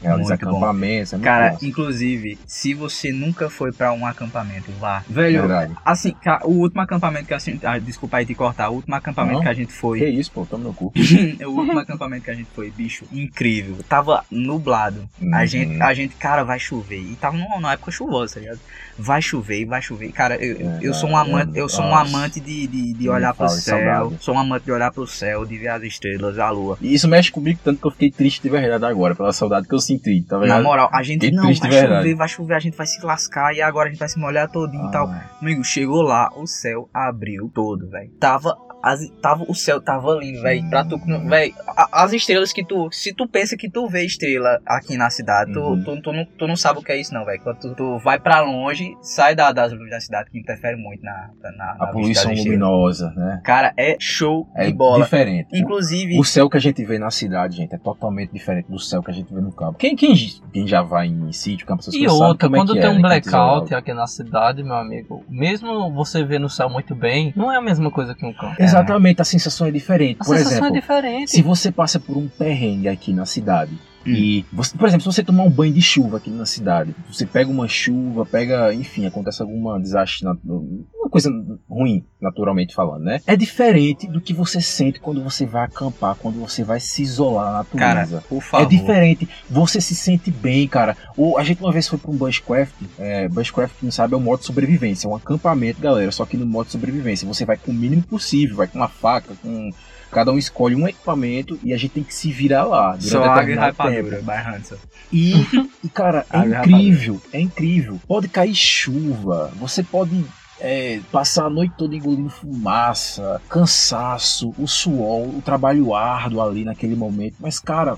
realiza Muito bom. acampamentos. É muito Cara, massa. inclusive, se você nunca foi pra um acampamento, vá. Velho, verdade. Assim, ca- o último acampamento que a gente. Ah, desculpa aí te cortar. O último acampamento Não. que a gente Que foi. isso, pô, tamo no cu. o último acampamento que a gente foi, bicho, incrível. Tava nublado. A Uhum. gente, a gente, cara, vai chover. E tava numa, numa época chuvosa, tá ligado? Vai chover, vai chover. Cara, eu, eu- eu sou um amante, eu sou um É, Nossa. amante de, de, de Me olhar pro fala, que céu. saudade. Sou um amante de olhar pro céu, de ver as estrelas, a lua. E isso mexe comigo tanto que eu fiquei triste de verdade agora, pela saudade que eu senti, tá Na ligado? moral, a gente Que não triste vai verdade. chover, vai chover, a gente vai se lascar e agora a gente vai se molhar todinho e Ah, tal. Amigo, chegou lá, o céu abriu todo, velho. Tava, as, tava. O céu tava lindo, velho. Pra tu. não- Véi, a- as estrelas que tu. Se tu pensa que tu vê estrela aqui na cidade, tu, Uhum. tu, tu, não, tu não sabe o que é isso, não, velho. Quando tu, tu vai pra longe, sai da- das luzes da cidade, que interfere muito na. na, na vista A das poluição estrelas. luminosa, né? Cara, é show É de bola. diferente. O- Inclusive. O céu que a gente vê na cidade, gente, é totalmente diferente do céu que a gente vê no campo. Quem, quem, quem já vai em sítio, campo, essas E coisas, sabe outra, como é quando que tem é, um né? blackout aqui na cidade, meu amigo, mesmo você vendo o céu muito bem, não é a mesma coisa que um campo. Exatamente, a sensação é diferente. A Por sensação exemplo, é diferente. Se você passa por um perrengue aqui na cidade, e você, por exemplo, se você tomar um banho de chuva aqui na cidade, você pega uma chuva, pega, enfim, acontece alguma desastre, nat- uma coisa ruim, naturalmente falando, né? É diferente do que você sente quando você vai acampar, quando você vai se isolar na Cara, natureza. por favor. É diferente, você se sente bem, cara. Ou a gente uma vez foi pra um Bushcraft, é, Bushcraft, quem sabe, é um modo de sobrevivência, é um acampamento, galera. Só que no modo de sobrevivência, você vai com o mínimo possível, vai com uma faca, com. Cada um escolhe um equipamento e a gente tem que se virar lá. durante Só água e determinado rapadura, tempo. by Hanson. E, Uhum. e, cara, é Água e incrível, é incrível. Pode cair chuva, você pode. é, passar a noite toda engolindo fumaça, cansaço, o suor, o trabalho árduo ali naquele momento, mas cara,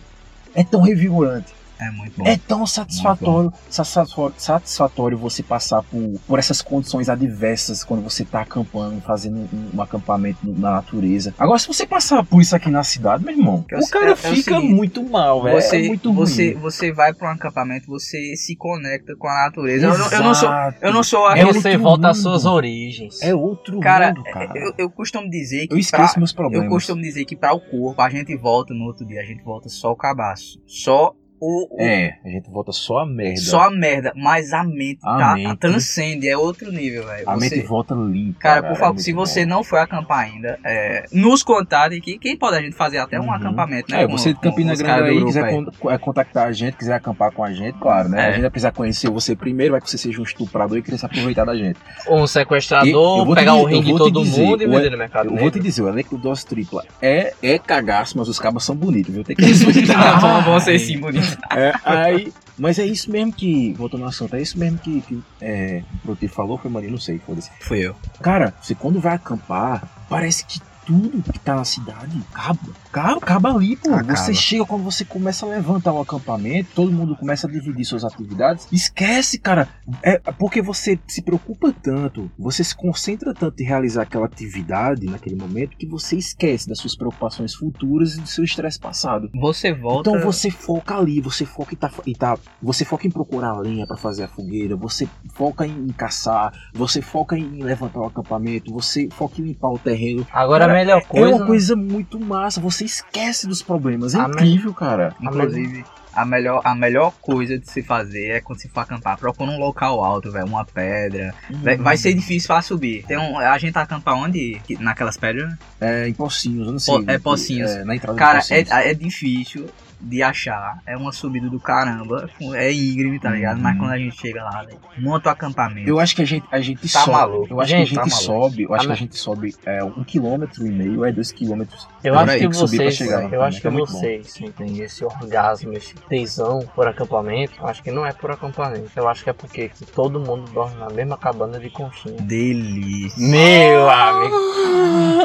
é tão revigorante. É muito bom. É tão satisfatório, satisfatório, satisfatório você passar por, por essas condições adversas quando você tá acampando, fazendo um, um acampamento no- na natureza. Agora, se você passar por isso aqui na cidade, meu irmão, Que é o o se- cara é- é o fica seguinte, muito mal, velho. Você, é muito ruim. você, você vai pra um acampamento, você se conecta com a natureza. Eu não, eu não sou, Exato. eu não sou Aí aquele. você outro volta às mundo. suas origens. É outro Cara, mundo, cara. Eu, Eu, eu costumo dizer que. esqueço pra- meus problemas. eu costumo dizer que para o corpo a gente volta no outro dia, a gente volta só o cabaço. Só o. o- É, a gente volta só a merda. Só a merda, mas a mente, É, A tá, mente. transcende, é outro nível, velho. a Você- mente volta limpa. Cara, por é favor, muito se bom. você não foi acampar ainda, é, nos contar aqui, quem pode a gente fazer até um Uhum. acampamento, né? É, você de com- com Campina os caras Grande do aí, grupo quiser aí. con- é, contactar a gente, quiser acampar com a gente, claro, É. né? A gente vai precisar conhecer você primeiro, vai que você seja um estuprador e querer se aproveitar da gente. Ou um Eu sequestrador, vou te pegar o dizer- eu ringue de vou te todo dizer, mundo e eu- vender no mercado Eu vou te negro. dizer, o elenco do Dose Tripla é, é cagaço, mas os cabos são bonitos, viu? Tem que respeitar. Ah, vão ser sim, bonito. É, aí, mas é isso mesmo que, voltando ao assunto, é isso mesmo que, que é, o que falou, foi Maria, não sei, foda-se. Fui eu. Cara, você quando vai acampar, parece que tudo que tá na cidade acaba. Acaba, acaba ali, pô. Acaba. Você chega quando você começa a levantar o acampamento, todo mundo começa a dividir suas atividades. Esquece, cara. É porque você se preocupa tanto, você se concentra tanto em realizar aquela atividade naquele momento que você esquece das suas preocupações futuras e do seu estresse passado. Você volta. Então você foca ali, você foca em, tá, e tá- você foca em procurar lenha pra fazer a fogueira, você foca em, em caçar, você foca em levantar o acampamento, você foca em limpar o terreno. Agora a Cara, melhor coisa. né? é uma coisa muito massa, você esquece dos problemas, é Ah, mas- incrível, cara. Inclusive, A melhor, a melhor coisa de se fazer é quando se for acampar, procura um local alto, velho, uma pedra. Hum, Véi, Uhum. Vai ser difícil pra subir. Tem um, a gente acampa onde? Que- Naquelas pedras? É, em Pocinhos, eu não sei. Po- é, Pocinhos. É, na entrada Cara, de Pocinhos. é, é difícil de achar. É uma subida do caramba. É íngreme, tá ligado? Uhum. Mas quando a gente chega lá, véi, monta o acampamento. Eu acho que a gente, a gente Tá sobe. maluco. Eu acho Gente, que a tá gente maluco. sobe. Eu acho Ah, que a mas- gente sobe é, um quilômetro e meio, é dois quilômetros. Eu Por acho aí que que subir pra vocês, chegar no eu acampamento acho que tá é muito bom. vocês sentem esse orgasmo, esse tesão por acampamento. eu Acho que não é por acampamento. Eu acho que é porque que todo mundo dorme na mesma cabana de conchinha. Delícia. Meu amigo,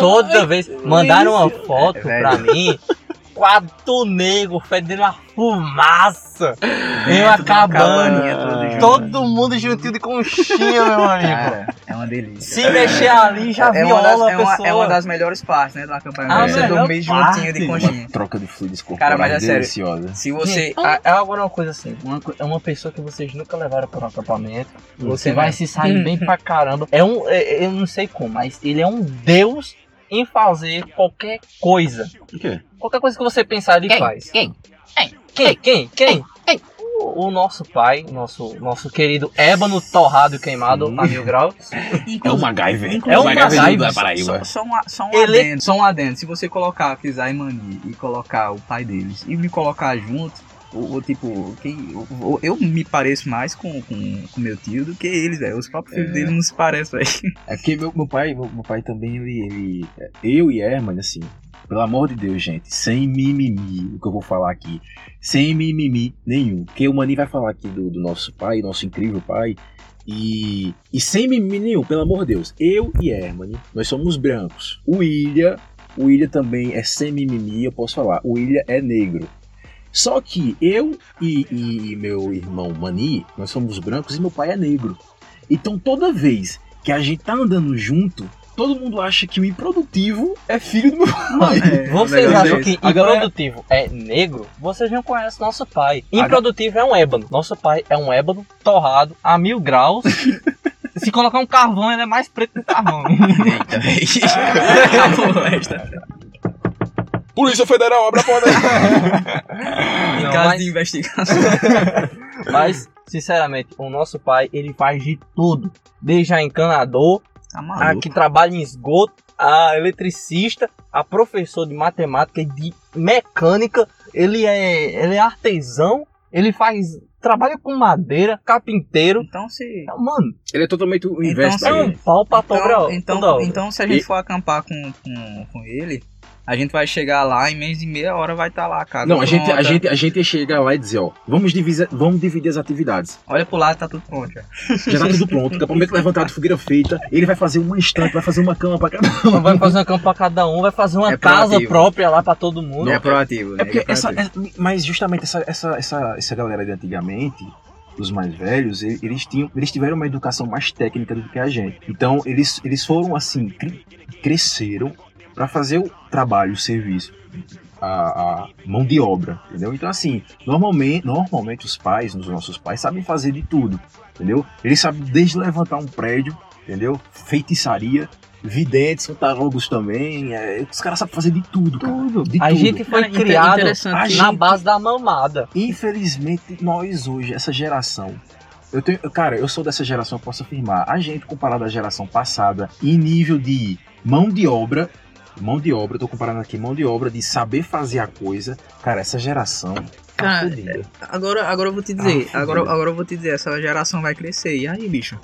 toda vez mandaram uma foto É, pra mim. Quatro negro fedendo uma fumaça em uma Dentro de uma cabana. cabaninha, todos juntos. Todo mundo juntinho de conchinha, meu amigo. Cara, é uma delícia. Se mexer ali já é viola uma, das, a é, uma, pessoa. é uma das melhores partes, né, do acampamento. Ah, você melhor dormir parte. juntinho de Uma conchinha. Troca de fluidos Cara, corporais mas é sério. deliciosa. Se Você, você... é agora uma coisa assim, uma co- é uma pessoa que vocês nunca levaram para um acampamento, você vai se sair bem pra caramba. É um, é- é- eu não sei como, mas ele é um deus em fazer qualquer coisa. O que é? Qualquer coisa que você pensar, ele Quem? faz. Quem? Quem? Quem? Quem? Quem? O, o nosso pai, nosso, nosso querido ébano torrado e queimado a mil graus. É o MacGyver. É um MacGyver da MacGyver, Paraíba. Só, só um, a- só um Ele- adendo. Só um adendo. Se você colocar Kizai e Mani e colocar o pai deles e me colocar junto, ou, ou tipo, quem, ou- ou- eu me pareço mais com, com, com meu tio do que eles, velho. Os próprios filhos deles não se parecem, velho. É porque meu, meu pai, meu, meu pai também, ele, ele- é, Eu e Herman, assim, pelo amor de Deus, gente, sem mimimi, o que eu vou falar aqui. Sem mimimi nenhum. Porque o Mani vai falar aqui do, do nosso pai, nosso incrível pai. E, e sem mimimi nenhum, pelo amor de Deus. Eu e Herman, nós somos brancos. O Ilha, o Ilha também é sem mimimi, eu posso falar. O Ilha é negro. Só que eu e, e- e meu irmão Mani, nós somos brancos e meu pai é negro. Então toda vez que a gente tá andando junto, todo mundo acha que o improdutivo é filho do meu pai. é, Vocês melhor acham jeito. que A galera- improdutivo é negro? Vocês não conhecem nosso pai. Improdutivo é um ébano. Nosso pai é um ébano torrado a mil graus. Se colocar um carvão, ele é mais preto que o carvão. Eita, velho. Polícia Federal, abra a porta aí. Em Não, caso mas- de investigação. Mas, sinceramente, o nosso pai, ele faz de tudo. Desde a encanador, Tá a Ah, que trabalha em esgoto, a eletricista, a professor de matemática e de mecânica. Ele é, ele é artesão, ele faz... Trabalha com madeira, carpinteiro. Então se. Mano, Ele é totalmente o inverso Então, É da um gente. pau pra toda Então, hora. toda então, hora. então se a gente for acampar com, com, com ele, a gente vai chegar lá em menos de meia hora vai estar lá, cara. é Não, a gente, a, Pronta. gente, a gente ia chegar lá e dizer, ó, vamos dividir, vamos dividir as atividades. Olha pro lado, tá tudo pronto. já. Já tá tudo pronto, acampamento levantado, fogueira feita, ele vai fazer uma estante, vai fazer uma cama pra cada vai fazer uma cama pra cada um, vai fazer uma É casa proativo. própria lá pra todo mundo. é proativo, né? É porque proativo. essa, é- mas justamente essa, essa, essa, essa galera de antigamente, os mais velhos, e- eles, tinham, eles tiveram uma educação mais técnica do que a gente. Então eles, eles foram assim, cre- cresceram para fazer o trabalho, o serviço, a, a mão de obra, entendeu? Então assim, normalmente, normalmente os pais, os nossos pais, sabem fazer de tudo, entendeu? Eles sabem desde levantar um prédio, entendeu? Feitiçaria. Videntes, tarólogos também, é, os caras sabem fazer de tudo, cara. de A tudo. gente foi Cara, é inter- criado interessante. A na gente- base da mamada. Infelizmente, nós hoje, essa geração. Eu tenho, eu- cara, eu sou dessa geração, eu posso afirmar. A gente, comparado à geração passada, em nível de mão de obra, mão de obra, eu tô comparando aqui mão de obra, de saber fazer a coisa. Cara, essa geração. Tá Cara, fodida. Agora, agora eu vou te Ah, dizer, fudeu. agora, agora eu vou te dizer, essa geração vai crescer. E aí, bicho?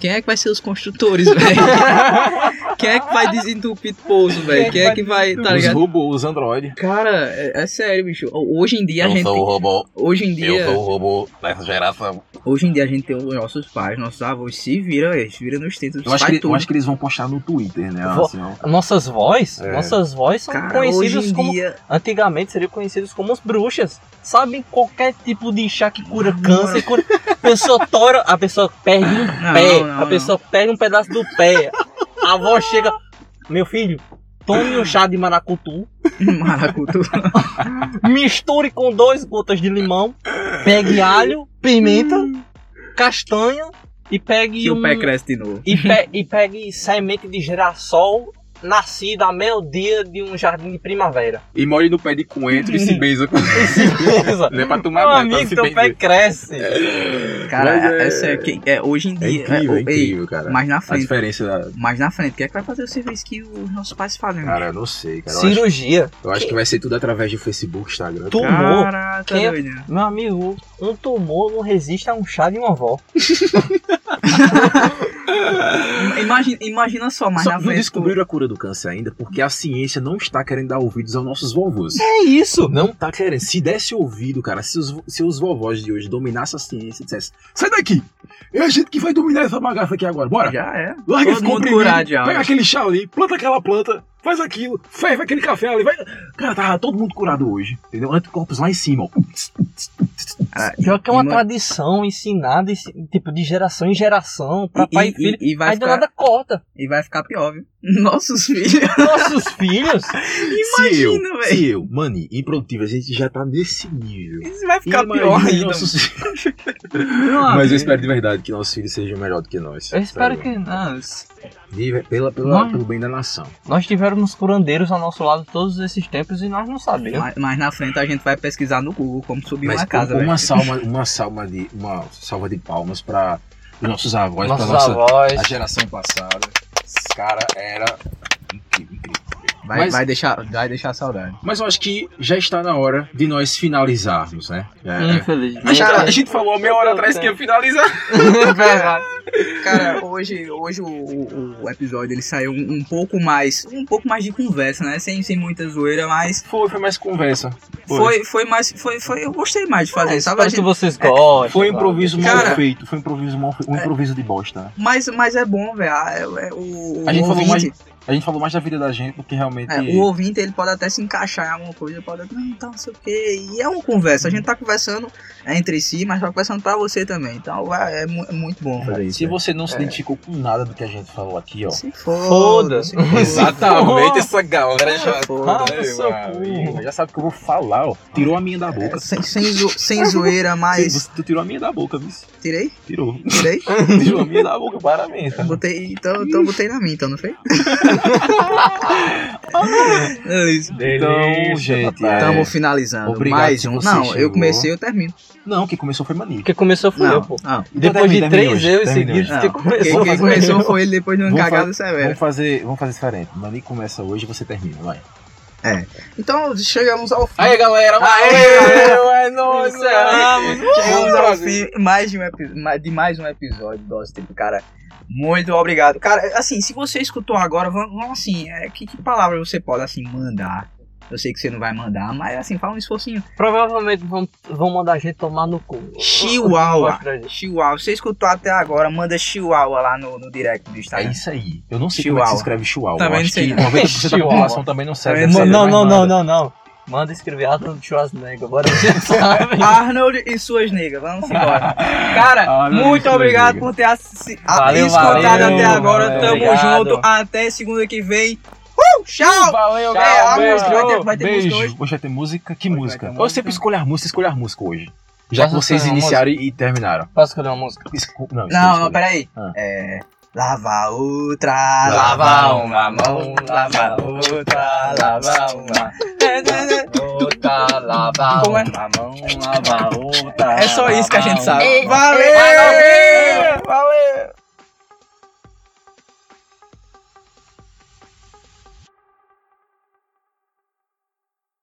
Quem é que vai ser os construtores, velho? Quem é que vai desentupir poço, velho? Quem é que vai, tá os ligado? robôs, os android. Cara, é, é sério, bicho. Hoje em dia a Eu gente. sou o robô. Hoje em dia. Eu sou o robô dessa geração. Hoje em dia a gente tem os nossos pais, nossos avós, se viram, eles se viram nos tentos, Eu acho, faz que, eu tudo. acho que eles vão postar no Twitter, né? Vou- Assim, ó. Nossas vozes, É. nossas vozes são Cara, hoje conhecidas em como. dia, Antigamente seriam conhecidas como as bruxas. Sabem qualquer tipo de chá que cura Não, câncer, cura. A pessoa tora, a pessoa perde um Não, pé, não, não, a pessoa perde um pedaço do pé. A avó chega, meu filho, tome um chá de maracutu. não. Maracutu. misture com dois gotas de limão, pegue alho, pimenta, Hum. castanha e pegue que um, o pé cresce de novo. e, pe- e pegue semente de girassol nascida a meio-dia de um jardim de primavera. E molhe no pé de coentro e se beija com Beleza? Não é pra Meu tomar banho, pra amigo, se teu pé beijar. cresce. É, Cara, Mas é- é, sério, que- é, hoje em É dia. incrível, é, é o- ei, incrível, cara. mais na A frente. diferença da. Mais na frente. Quem é que vai fazer o serviço que os nossos pais fazem? né? Cara, eu não sei, cara. Eu acho, Cirurgia. eu acho que vai ser tudo através de Facebook, Instagram. Tu- cara. Tumor. Caraca, Quem- é- doido. Meu amigo, um tumor não resiste a um chá de uma avó. Imagina, imagina só, mais Só na não frente. tu- descobriram a cura do câncer ainda porque a ciência não está querendo dar ouvidos aos nossos vovôs. É isso. Não tá querendo. Se desse ouvido, cara, se os, se os vovós de hoje dominassem a ciência e dissessem: sai daqui! É a gente que vai dominar essa bagaça aqui agora, bora! Já é. Larga Todo esse mundo comprimido, curado já, pega né? aquele chá ali, planta aquela planta, faz aquilo, ferve aquele café ali, vai. Cara, tava todo mundo curado hoje, entendeu? Anticorpos lá em cima, ó. Cara, Pior que é uma ima- tradição ensinada, ensi- tipo, de geração em geração, pra e- pai e, e- filho. e vai Aí do ficar- nada corta. E vai ficar pior, viu? Nossos filhos. Nossos filhos. se eu, Imagina, velho. se eu, mani, improdutível, a gente já tá nesse nível. Isso vai ficar Imagina pior ainda. nossos filhos. meu Mas amigo. eu espero de verdade que nossos filhos sejam melhor do que nós. Eu espero Sério. que. Ah, s- De- Pela, pela, Nós- pelo bem da nação. Nós tivemos curandeiros ao nosso lado todos esses tempos e nós não sabemos. mas, mas na frente a gente vai pesquisar no Google como subir Mas assim? uma casa, uma, velho. salva, uma, salva de, uma salva de palmas para os nossos avós, para Nossos nossa avós. a geração passada. Esse cara era incrível, incrível. Vai, Mas- vai, deixar, vai deixar saudade. Mas eu acho que já está na hora de nós finalizarmos, né? Hum. É, é. Infelizmente. É Mas, cara, a gente falou meia hora atrás que ia finalizar. Cara, hoje, hoje o, o- o episódio ele saiu um, um pouco mais. Um pouco mais de conversa, né? Sem, sem muita zoeira, mas Foi, foi mais conversa. foi, foi mais. Foi, foi, eu gostei mais de fazer, É, sabe? A Espero que gente- vocês gostem. Foi um improviso né? Cara- é. mal feito. Foi um improviso mal feito. Um improviso de bosta. né? mas, mas é bom, velho. Ah, é- é- o, o A gente falou ouvinte- mais- A gente falou mais da vida da gente do que realmente. É, o ouvinte ele pode até se encaixar em alguma coisa, pode até, não, tá, não sei o que. E é uma conversa, a gente tá conversando entre si, mas tá conversando pra você também. Então é, é mu- é muito bom fazer isso. Se você é. não se identificou com nada do que a gente falou aqui, ó. Se Foda. foda, se Exatamente, essa galera já, foda. Ei, seu mano, já sabe o que eu vou falar, ó. Tirou a minha da boca. É, sem, sem, zo- sem zoeira, mas. Você- tu tirou a minha da boca, viu? Tirei? Tirou. Tirei? tirou a minha da boca, parabéns. cara. Botei. Então, então botei na minha, então, não foi? É isso. Então, gente. é- Tamo finalizando. Obrigado Mais se um. você Não, eu chegou. comecei, eu termino. Não, quem começou foi Mani. Porque começou fui Não, eu, pô. não. Então Depois de termina, termina três hoje, erros termina seguidos, hoje. quem Não, começou Quem, quem foi começou eu. foi ele depois de uma Vamos cagada severa. Vamos fazer, vamos fazer diferente. Mani começa hoje, você termina, vai. Então chegamos ao fim. Aí, galera. Aê, é nóis, Encerramos. Chegamos assim. ao fim mais de, um epi- ma- de mais um episódio do nosso tempo, cara. Muito obrigado. Cara, assim, se você escutou agora, vamos, vamos assim, é, que, que palavra você pode, assim, mandar? Eu sei que você não vai mandar, mas assim, fala um esforcinho. Provavelmente vão, vão mandar a gente tomar no cu. Chihuahua. Mostra pra gente. Chihuahua. Você escutou até agora, manda Chihuahua lá no, no direct do É Instagram. isso aí. Eu não sei como é que Chihuahua. se escreve chihuahua. Também Eu acho não sei, que não. 90% da Chihuahua. população também não sabe. Também não Mano, sei, não, mais não, nada. não, não, não. Manda escrever Arnold Schwarzenegger, agora vocês sabem. Arnold e suas negras, vamos embora. Cara, Arnold e muito suas obrigado negras. por ter assi- a- Valeu, escutado valeu, até agora. valeu, Tamo obrigado. junto. Até segunda que vem. Uh, tchau! Valeu, É, a música, vai ter, vai ter música hoje. Beijo. Hoje vai ter música? Que Hoje música? vai ter Eu sempre escolho a música, escolho a música hoje. Já que Posso vocês escolher uma iniciaram e e terminaram. Posso escolher uma música? Esco- Não, escolha, Não, escolha. não, peraí. Ah. É. Lava outra, Lava lava uma mão, lava outra, lava uma. é, Outra, lava Como é? uma mão, lava outra. É só isso que a gente lava sabe. Ei, Valeu! Valeu!